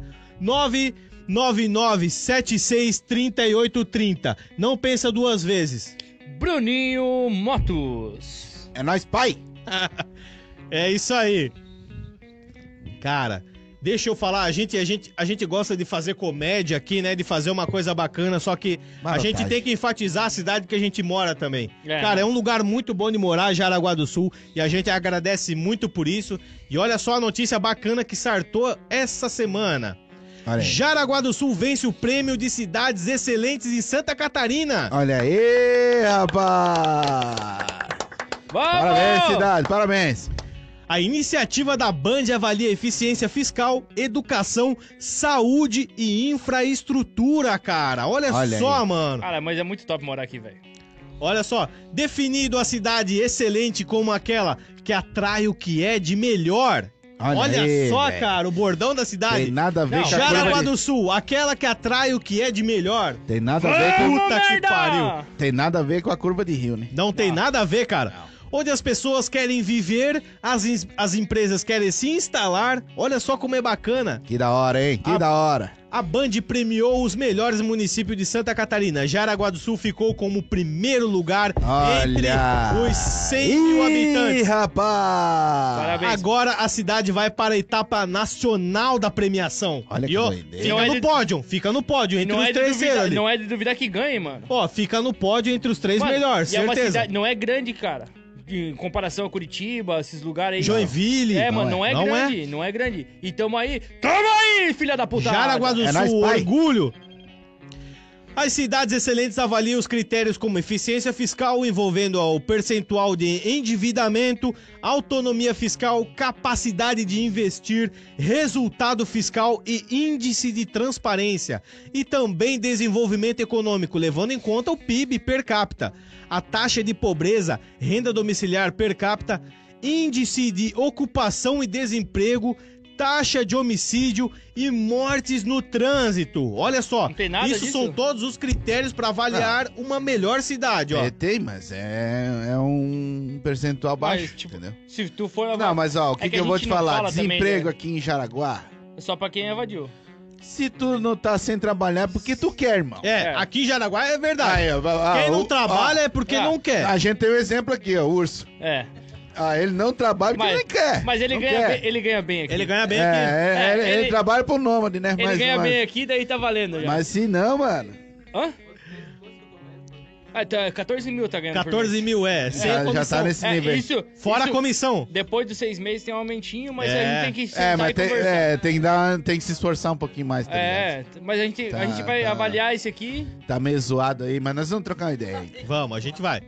Speaker 3: 999 76 3830. Não pensa duas vezes.
Speaker 2: Bruninho Motos.
Speaker 1: É nóis, pai.
Speaker 3: É isso aí. Cara, deixa eu falar, a gente, a gente, a gente gosta de fazer comédia aqui, né? De fazer uma coisa bacana, só que a
Speaker 1: Marotagem.
Speaker 3: gente tem que enfatizar a cidade que a gente mora também.
Speaker 2: É.
Speaker 3: Cara, é um lugar muito bom de morar, Jaraguá do Sul, e a gente agradece muito por isso. E olha só a notícia bacana que sartou essa semana.
Speaker 1: Olha aí.
Speaker 3: Jaraguá do Sul vence o prêmio de cidades excelentes em Santa Catarina.
Speaker 1: Olha aí, rapaz.
Speaker 3: um
Speaker 2: Vamos!
Speaker 1: Parabéns, cidade. Parabéns.
Speaker 3: A iniciativa da Band avalia eficiência fiscal, educação, saúde e infraestrutura, cara. Olha,
Speaker 1: Olha
Speaker 3: só,
Speaker 1: aí.
Speaker 3: mano.
Speaker 2: Cara, mas é muito top morar aqui, velho.
Speaker 3: Olha só. Definido a cidade excelente como aquela que atrai o que é de melhor. Olha,
Speaker 1: aí,
Speaker 3: só,
Speaker 1: velho.
Speaker 3: cara, o bordão da
Speaker 1: Tem
Speaker 3: cidade.
Speaker 1: nada a ver
Speaker 2: Não,
Speaker 1: com a
Speaker 3: Jaraguá
Speaker 1: coisa de-
Speaker 3: do Sul, aquela que atrai o que é de melhor.
Speaker 1: Tem nada a ver com...
Speaker 3: Puta que pariu.
Speaker 1: Tem nada a ver com a curva de rio, né?
Speaker 3: Não tem
Speaker 2: Não.
Speaker 3: nada a ver, cara. Onde as pessoas querem viver, as, ins- as empresas querem se instalar. Olha só como é bacana.
Speaker 1: Que da hora, hein? Que
Speaker 3: Ah.
Speaker 1: da hora.
Speaker 3: A Band premiou os melhores municípios de Santa Catarina. Jaraguá do Sul ficou como primeiro lugar
Speaker 1: Olha.
Speaker 3: entre os 100 mil
Speaker 1: Ih,
Speaker 3: habitantes.
Speaker 1: rapaz.
Speaker 2: Parabéns.
Speaker 3: Agora a cidade vai para a etapa nacional da premiação.
Speaker 1: Olha que
Speaker 3: E, ó,
Speaker 1: doideira.
Speaker 3: Fica
Speaker 2: Não é
Speaker 3: no
Speaker 2: de-
Speaker 3: pódio, fica no pódio, entre
Speaker 2: Não
Speaker 3: os
Speaker 2: é, de
Speaker 3: terceiros
Speaker 2: duvidar,
Speaker 3: ali.
Speaker 2: não é de duvidar que ganhe, mano.
Speaker 3: Ó, fica no pódio entre os três
Speaker 2: Mano,
Speaker 3: melhores,
Speaker 2: e é uma
Speaker 3: certeza.
Speaker 2: cidade- não é grande, cara. Em comparação a Curitiba, esses lugares aí.
Speaker 3: Joinville.
Speaker 2: É, mano, não é,
Speaker 3: Não é.
Speaker 2: grande, não é grande. E tamo aí. Tamo aí, filha da puta!
Speaker 3: Jaraguá do
Speaker 1: É nóis,
Speaker 3: Sul,
Speaker 1: pai.
Speaker 3: orgulho. As cidades excelentes avaliam os critérios como eficiência fiscal, envolvendo ó, o percentual de endividamento, autonomia fiscal, capacidade de investir, resultado fiscal e índice de transparência. E também desenvolvimento econômico, levando em conta o PIB per capita, a taxa de pobreza, renda domiciliar per capita, índice de ocupação e desemprego, taxa de homicídio e mortes no trânsito. Olha só,
Speaker 2: Não tem nada
Speaker 3: isso
Speaker 2: disso?
Speaker 3: são todos os critérios para avaliar uma melhor cidade, ó.
Speaker 1: É, tem, mas é, é um percentual baixo,
Speaker 2: Mas, tipo,
Speaker 1: entendeu?
Speaker 2: Se tu for.
Speaker 1: Não, mas ó, o que,
Speaker 2: é que
Speaker 1: que,
Speaker 2: a
Speaker 1: eu vou
Speaker 2: gente
Speaker 1: te
Speaker 2: não
Speaker 1: falar?
Speaker 2: fala também,
Speaker 1: Desemprego
Speaker 2: né?
Speaker 1: aqui em Jaraguá.
Speaker 2: Só pra quem evadiu.
Speaker 1: Se tu não tá sem trabalhar, porque tu quer, irmão.
Speaker 3: É,
Speaker 2: É.
Speaker 3: aqui em Jaraguá é verdade.
Speaker 1: Aí, ó, ó,
Speaker 3: Quem não
Speaker 1: ó,
Speaker 3: trabalha é porque
Speaker 2: Ah.
Speaker 3: não
Speaker 1: ó,
Speaker 3: quer.
Speaker 1: a gente tem um exemplo aqui, ó, o urso.
Speaker 2: É.
Speaker 1: Ah, ele não trabalha porque
Speaker 2: Mas-
Speaker 1: ele quer.
Speaker 2: Mas ele
Speaker 1: não
Speaker 2: ganha,
Speaker 1: quer.
Speaker 2: bem, ele ganha bem aqui.
Speaker 3: Ele ganha
Speaker 1: É,
Speaker 3: bem aqui.
Speaker 1: é,
Speaker 2: É,
Speaker 1: ele, ele
Speaker 2: ele-
Speaker 1: trabalha pro nômade, né?
Speaker 2: Ele
Speaker 1: mas,
Speaker 2: ganha
Speaker 1: mas,
Speaker 2: bem aqui, daí tá valendo já.
Speaker 1: mas se não, mano.
Speaker 2: Hã? Ah, tá, 14 mil tá ganhando. por
Speaker 3: 14
Speaker 2: mês.
Speaker 3: mil é, sem
Speaker 1: já, já
Speaker 3: comissão.
Speaker 1: tá nesse
Speaker 2: É,
Speaker 1: nível. aí.
Speaker 2: isso.
Speaker 3: Fora a
Speaker 2: isso,
Speaker 3: comissão.
Speaker 2: Depois dos seis meses tem um aumentinho, mas
Speaker 3: É.
Speaker 2: a gente tem que sentar
Speaker 1: É, mas
Speaker 2: e
Speaker 1: tem,
Speaker 2: conversar.
Speaker 1: é, tem, que dar, tem que se esforçar um pouquinho mais. Tá, ligado?
Speaker 2: É, mas a gente,
Speaker 1: Tá,
Speaker 2: a gente vai
Speaker 1: tá.
Speaker 2: avaliar esse aqui.
Speaker 1: tá meio zoado aí, mas nós vamos trocar uma ideia aí.
Speaker 3: Vamos, a gente vai.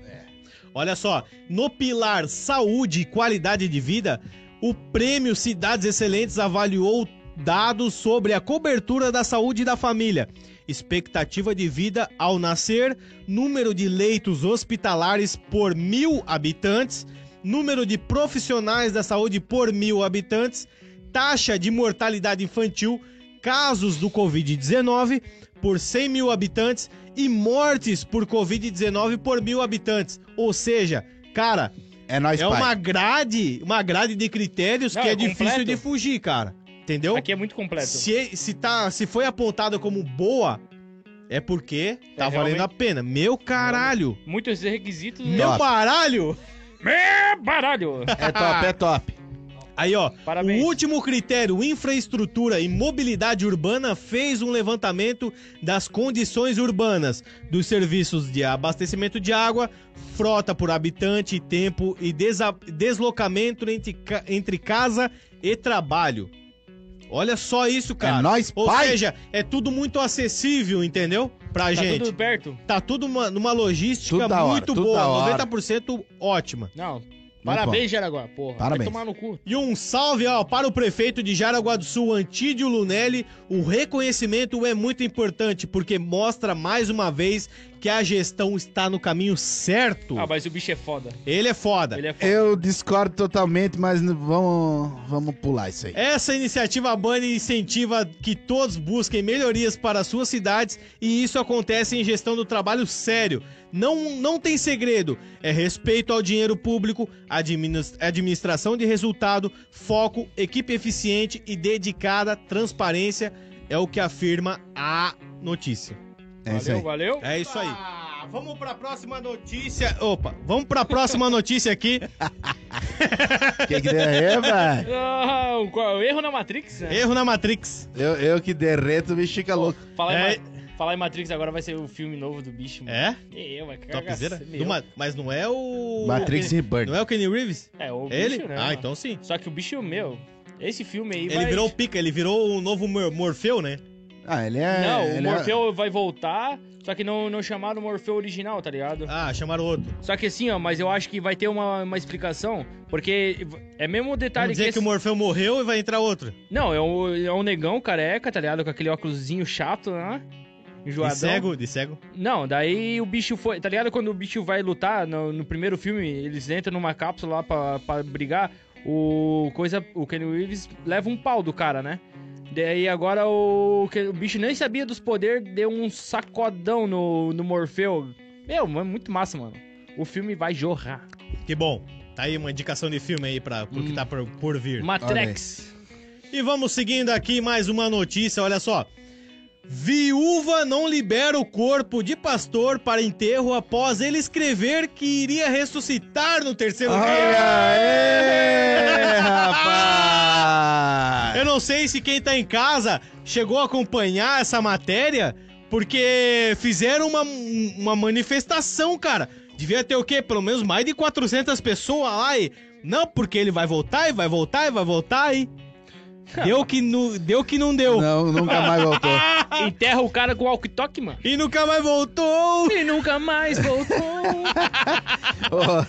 Speaker 3: Olha só, no pilar saúde e qualidade de vida, o prêmio Cidades Excelentes avaliou dados sobre a cobertura da saúde da família, expectativa de vida ao nascer, número de leitos hospitalares por mil habitantes, número de profissionais da saúde por mil habitantes, taxa de mortalidade infantil, casos do Covid-19 por 100 mil habitantes e mortes por Covid-19 por mil habitantes. Ou seja, cara,
Speaker 1: É nós,
Speaker 3: é
Speaker 1: pai.
Speaker 3: uma grade, uma grade de critérios
Speaker 2: Não,
Speaker 3: que é,
Speaker 2: é
Speaker 3: difícil
Speaker 2: completo.
Speaker 3: de fugir, cara. Entendeu?
Speaker 2: Aqui é muito completo.
Speaker 3: Se, se, tá, se foi apontada como boa, é porque tá
Speaker 2: É,
Speaker 3: valendo a pena. Meu caralho!
Speaker 2: Muitos requisitos.
Speaker 1: Não.
Speaker 3: Meu
Speaker 1: Top.
Speaker 3: baralho!
Speaker 2: É baralho!
Speaker 1: É top, é top.
Speaker 3: Aí, ó,
Speaker 2: Parabéns. Tá
Speaker 3: o último critério, infraestrutura e mobilidade urbana, fez um levantamento das condições urbanas dos serviços de abastecimento de água, frota por habitante, tempo e desa- deslocamento entre, ca- entre casa e trabalho. Olha só isso, cara.
Speaker 1: É nós,
Speaker 3: Ou
Speaker 1: pai.
Speaker 3: seja, é tudo muito acessível, entendeu? Pra
Speaker 2: tá
Speaker 3: gente.
Speaker 2: tudo perto?
Speaker 3: Tá tudo uma- numa logística
Speaker 1: Tudo da hora,
Speaker 3: muito
Speaker 1: tudo da
Speaker 3: boa,
Speaker 1: hora.
Speaker 3: 90% ótima.
Speaker 2: Não. Parabéns, Jaraguá, porra.
Speaker 1: Parabéns.
Speaker 2: Vai tomar no cu.
Speaker 3: E um salve ó, para o prefeito de Jaraguá do Sul, Antídio Lunelli. O reconhecimento é muito importante porque mostra mais uma vez que a gestão está no caminho certo.
Speaker 2: Ah, mas o bicho é foda.
Speaker 3: Ele é foda.
Speaker 2: Ele é foda.
Speaker 1: Eu discordo totalmente, mas n- vamos, vamos pular isso aí. É
Speaker 3: Essa iniciativa Bunny incentiva que todos busquem melhorias para suas cidades e isso acontece em gestão do trabalho sério. Não, não tem segredo. É respeito ao dinheiro público, adminis- administração de resultado, foco, equipe eficiente e dedicada, transparência é o que afirma a notícia.
Speaker 1: É isso
Speaker 2: valeu,
Speaker 1: aí.
Speaker 2: valeu.
Speaker 3: É isso aí. Vamos para a próxima notícia. Opa, vamos para a próxima notícia aqui.
Speaker 1: Quem que der- é, vai.
Speaker 2: Ah, o qual- o erro na Matrix, né?
Speaker 3: Erro na Matrix.
Speaker 1: Eu, eu que derreto, o bicho fica louco.
Speaker 2: Falar,
Speaker 3: É.
Speaker 2: em Ma- falar em Matrix agora vai ser o filme novo do bicho, mano.
Speaker 3: É?
Speaker 2: É, eu, vai cagar.
Speaker 3: Topzera?
Speaker 2: meu.
Speaker 3: Do Ma- Mas não é o.
Speaker 1: Matrix Rebirth.
Speaker 3: Não é o Kenny Reeves?
Speaker 2: É, o bicho,
Speaker 3: É ele?
Speaker 2: né?
Speaker 3: ah, então sim.
Speaker 2: Só que o bicho, meu, esse filme aí
Speaker 3: Ele
Speaker 2: vai...
Speaker 3: virou o pica, ele virou o novo Mor- Morfeu, né?
Speaker 1: Ah, ele é.
Speaker 2: Não, o
Speaker 1: ele é-
Speaker 2: Morfeu vai voltar, só que não, não chamaram o Morfeu original, tá ligado?
Speaker 3: Ah, chamaram outro.
Speaker 2: Só que assim, ó, mas eu acho que vai ter uma, uma explicação, porque é mesmo o
Speaker 3: Vamos
Speaker 2: detalhe
Speaker 3: dizer que,
Speaker 2: esse-
Speaker 3: o Morfeu morreu e vai entrar outro.
Speaker 2: Não, é um, é um negão careca, tá ligado? Com aquele óculosinho chato, né? Enjoadão.
Speaker 3: De cego, de cego.
Speaker 2: Não, daí o bicho foi. Tá ligado quando o bicho vai lutar no, no primeiro filme, eles entram numa cápsula lá pra, pra brigar. O coisa, o Kenny Reeves leva um pau do cara, né? Daí agora o, que- o bicho nem sabia dos poderes, deu um sacodão no, no Morfeu. Meu, mano, muito massa, mano. O filme vai jorrar.
Speaker 3: Que bom. Tá aí uma indicação de filme aí pra, pro que
Speaker 2: Hum.
Speaker 3: tá por, por vir.
Speaker 2: Matrix.
Speaker 3: E vamos seguindo aqui mais uma notícia, olha só. Viúva não libera o corpo de pastor para enterro após ele escrever que iria ressuscitar no
Speaker 1: Ah,
Speaker 3: terceiro dia.
Speaker 1: Olha aí, rapaz!
Speaker 3: Eu não sei se quem tá em casa chegou a acompanhar essa matéria, porque fizeram uma, uma manifestação, cara. Devia ter o quê? Pelo menos mais de 400 pessoas lá e. Não, porque ele vai voltar e vai voltar e vai voltar e. Deu que, nu, deu que não deu.
Speaker 1: Não, nunca mais voltou.
Speaker 2: Enterra o cara com o walkie-talkie, mano.
Speaker 3: E nunca mais voltou!
Speaker 2: E nunca mais voltou.
Speaker 1: Ô,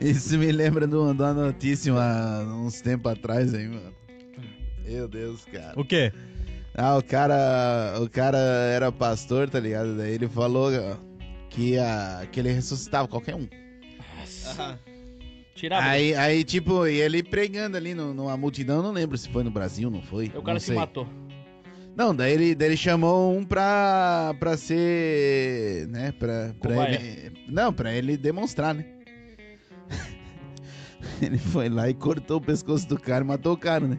Speaker 1: isso me lembra de uma de uma notícia uma- uns tempos atrás aí, mano. Meu Deus, cara.
Speaker 3: O quê?
Speaker 1: Ah, o cara, o cara era pastor, tá ligado? Daí ele falou ó, que, a, que ele ressuscitava qualquer um.
Speaker 2: Tirava.
Speaker 1: Aí, aí, tipo, e ele pregando ali no- numa multidão, não lembro se foi no Brasil, não foi?
Speaker 2: É o cara
Speaker 1: não
Speaker 2: se
Speaker 1: sei.
Speaker 2: matou.
Speaker 1: Não, daí ele, daí ele chamou um pra, pra ser. né? Pra, pra
Speaker 2: Cobaia.
Speaker 1: ele. Não, pra ele demonstrar, né? Ele foi lá e cortou o pescoço do cara e matou o cara, né?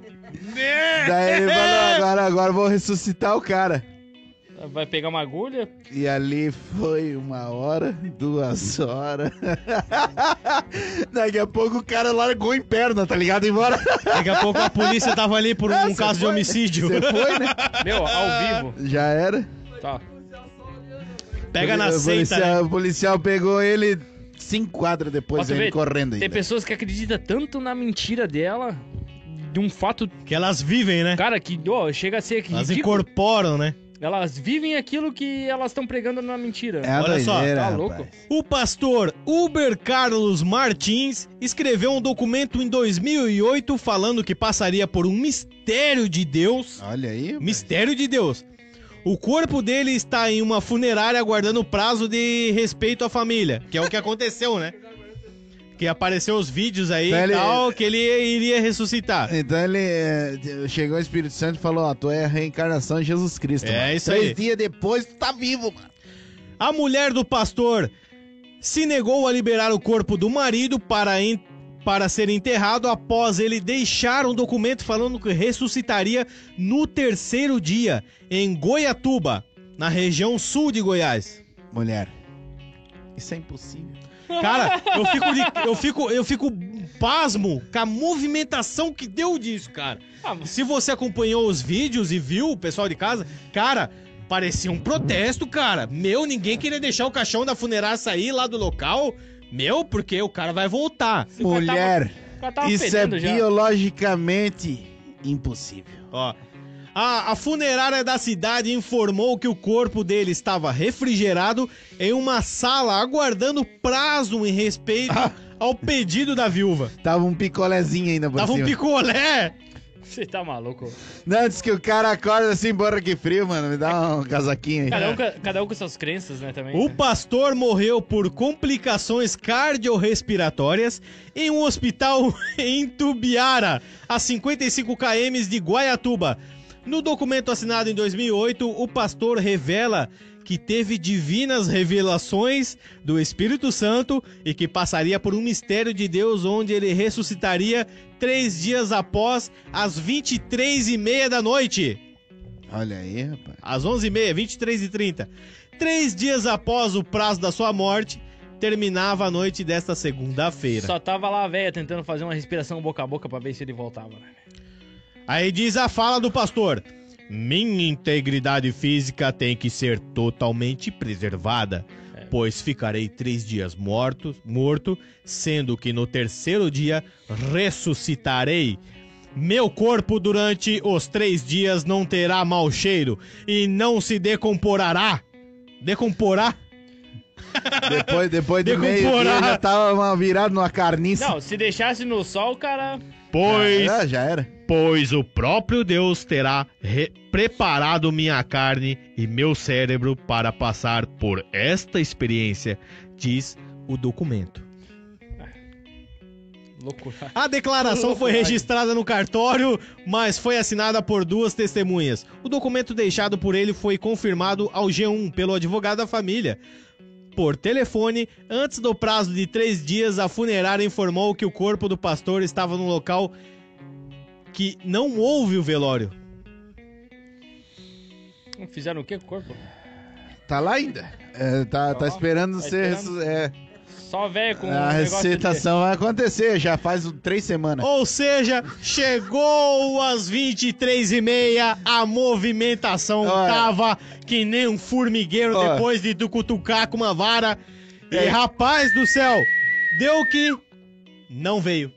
Speaker 1: Daí ele falou: agora, agora eu vou ressuscitar o cara.
Speaker 2: Vai pegar uma agulha,
Speaker 1: E ali foi uma hora, duas horas. Daqui a pouco o cara largou em perna, tá ligado? Embora.
Speaker 3: Daqui a pouco a polícia tava ali por um
Speaker 1: Ah, cê
Speaker 3: caso de
Speaker 1: foi?
Speaker 3: homicídio.
Speaker 1: Você foi, né?
Speaker 2: meu, ao vivo.
Speaker 1: Já era.
Speaker 2: Tá.
Speaker 3: Pega na
Speaker 1: O
Speaker 3: seita. né?
Speaker 1: policial, o policial pegou ele cinco quadras depois,
Speaker 2: Posso
Speaker 1: ele
Speaker 2: ver?
Speaker 1: correndo ainda.
Speaker 2: Tem pessoas que acreditam tanto na mentira dela, de um fato,
Speaker 3: Que elas vivem, né?
Speaker 2: cara, que ó, chega a ser que
Speaker 3: Elas
Speaker 2: ridículo.
Speaker 3: incorporam, né?
Speaker 2: Elas vivem aquilo que elas estão pregando na mentira.
Speaker 1: É a
Speaker 3: Olha só,
Speaker 1: doideira,
Speaker 2: tá
Speaker 1: rapaz.
Speaker 2: louco?
Speaker 3: O pastor Uber Carlos Martins escreveu um documento em 2008 falando que passaria por um mistério de Ah, Deus.
Speaker 1: Olha aí.
Speaker 3: Mistério de Deus. O corpo dele está em uma funerária aguardando o prazo de respeito à família, que é o que aconteceu, né? Que apareceu os vídeos aí
Speaker 1: Então
Speaker 3: e
Speaker 1: ele-
Speaker 3: tal, que ele iria ressuscitar.
Speaker 1: Então ele eh, chegou o Espírito Santo e falou: Ó, tu é a reencarnação de Jesus Cristo.
Speaker 3: É
Speaker 1: mano.
Speaker 3: isso
Speaker 1: Três
Speaker 3: aí.
Speaker 1: dias depois tu tá vivo, mano.
Speaker 3: A mulher do pastor se negou a liberar o corpo do marido para, en- para ser enterrado após ele deixar um documento falando que ressuscitaria no terceiro dia, em Goiatuba, na região sul de Goiás.
Speaker 1: Mulher. Isso é impossível.
Speaker 3: Cara, eu fico, de- eu fico, eu fico pasmo com a movimentação que deu disso, cara.
Speaker 2: Ah, mas-
Speaker 3: Se você acompanhou os vídeos e viu o pessoal de casa, cara, parecia um protesto, cara. Meu, ninguém queria deixar o caixão da funerária sair lá do local. Meu, porque o cara vai tá voltar.
Speaker 2: esse cara tava-
Speaker 1: Mulher,
Speaker 2: o cara tava
Speaker 1: isso é
Speaker 2: fedendo já.
Speaker 1: biologicamente impossível.
Speaker 3: Ó. A, a funerária da cidade informou que o corpo dele estava refrigerado em uma sala aguardando prazo em respeito ao pedido da viúva.
Speaker 1: Tava um picolézinho ainda por
Speaker 3: Tava um
Speaker 1: cima.
Speaker 3: picolé.
Speaker 2: Você tá maluco?
Speaker 1: Não, diz que o cara acorda assim, bora que frio, mano. Me dá um casaquinho aí.
Speaker 2: Cada um, ca- cada um com suas crenças, né, também.
Speaker 3: O pastor morreu por complicações cardiorrespiratórias em um hospital em Tubiara, a 55 km de Guaiatuba. No documento assinado em 2008, o pastor revela que teve divinas revelações do Espírito Santo e que passaria por um mistério de Deus onde ele ressuscitaria três dias após as 23h30 da noite
Speaker 1: Olha aí, rapaz.
Speaker 3: às 11h30, 23h30. Três dias após o prazo da sua morte, terminava a noite desta segunda-feira.
Speaker 2: Só tava lá a véia tentando fazer uma respiração boca a boca pra ver se ele voltava, né?
Speaker 3: Aí diz a fala do pastor: Minha integridade física tem que ser totalmente preservada,
Speaker 2: É.
Speaker 3: pois ficarei três dias morto, morto, sendo que no terceiro dia ressuscitarei. Meu corpo durante os três dias não terá mau cheiro e não se decomporará. Decomporá?
Speaker 1: Depois, depois do meio,
Speaker 3: Decomporar.
Speaker 1: dia, já tava uma- virado numa carniça.
Speaker 2: Não, se deixasse no sol, cara.
Speaker 3: Pois
Speaker 1: Ah, já era.
Speaker 3: pois o próprio Deus terá re- preparado minha carne e meu cérebro para passar por esta experiência, diz o documento.
Speaker 2: Loucura.
Speaker 3: A declaração foi registrada no cartório, mas foi assinada por duas testemunhas. O documento deixado por ele foi confirmado ao G1 pelo advogado da família. Por telefone, antes do prazo de três dias, a funerária informou que o corpo do pastor estava num local que não houve o velório.
Speaker 2: Fizeram o quê com o corpo?
Speaker 1: Tá lá ainda. É, tá, tá
Speaker 2: Ó,
Speaker 1: esperando
Speaker 2: tá
Speaker 1: ser.
Speaker 2: esperando.
Speaker 1: ressu- é,
Speaker 2: Só véia com
Speaker 1: a
Speaker 2: um negócio de-
Speaker 1: ressuscitação vai acontecer, já faz um- três semanas.
Speaker 3: Ou seja, chegou às 23 e meia, a movimentação
Speaker 1: Olha.
Speaker 3: tava que nem um formigueiro
Speaker 1: Olha.
Speaker 3: depois de tu cutucar com uma vara. E
Speaker 1: É.
Speaker 3: rapaz do céu, deu que não veio.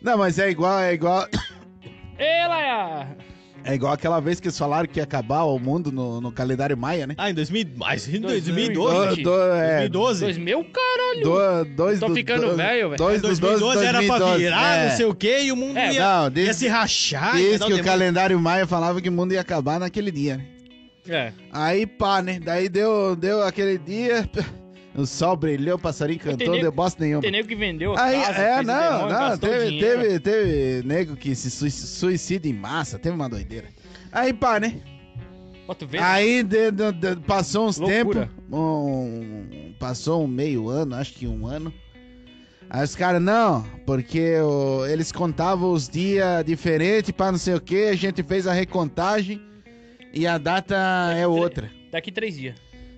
Speaker 1: Não, mas é igual, é igual.
Speaker 2: Ê, Laia!
Speaker 1: É igual aquela vez que eles falaram que ia acabar o mundo no, no calendário maia, né?
Speaker 3: Ah, em 2000, mas em
Speaker 1: Do-
Speaker 2: 2012.
Speaker 3: 2012.
Speaker 1: do- é,
Speaker 3: 2012.
Speaker 2: 2000, caralho!
Speaker 1: do- dois
Speaker 2: Tô
Speaker 1: do-
Speaker 2: ficando
Speaker 1: do-
Speaker 2: velho, velho.
Speaker 1: Dois do
Speaker 3: 2012 era pra
Speaker 1: 2012,
Speaker 3: virar,
Speaker 1: é.
Speaker 3: não sei o que, e o mundo
Speaker 2: É,
Speaker 3: ia,
Speaker 1: Não,
Speaker 3: ia se
Speaker 1: desde,
Speaker 3: rachar. ia
Speaker 1: desde
Speaker 3: dar
Speaker 1: que o
Speaker 3: demônio.
Speaker 1: calendário maia falava que o mundo ia acabar naquele dia, né?
Speaker 2: É.
Speaker 1: Aí pá, né? Daí deu, deu aquele dia, o sol brilhou, o passarinho
Speaker 2: Tem
Speaker 1: cantou,
Speaker 2: nego-
Speaker 1: deu bosta nenhuma.
Speaker 2: Tem nego que vendeu a
Speaker 1: Aí,
Speaker 2: casa,
Speaker 1: é,
Speaker 2: fez o
Speaker 1: não,
Speaker 2: demônio,
Speaker 1: não,
Speaker 2: gastou
Speaker 1: teve,
Speaker 2: dinheiro.
Speaker 1: teve, teve nego que se sui- suicida em massa, teve uma doideira. Aí pá, né?
Speaker 2: Ó, tu vê?
Speaker 1: Aí de- de- de- passou uns
Speaker 2: Loucura.
Speaker 1: tempos, um- passou um meio ano, acho que um ano. Aí os caras, não, porque o- eles contavam os dias diferentes pra não sei o que, a gente fez a recontagem e a data é outra.
Speaker 2: Daqui três dias.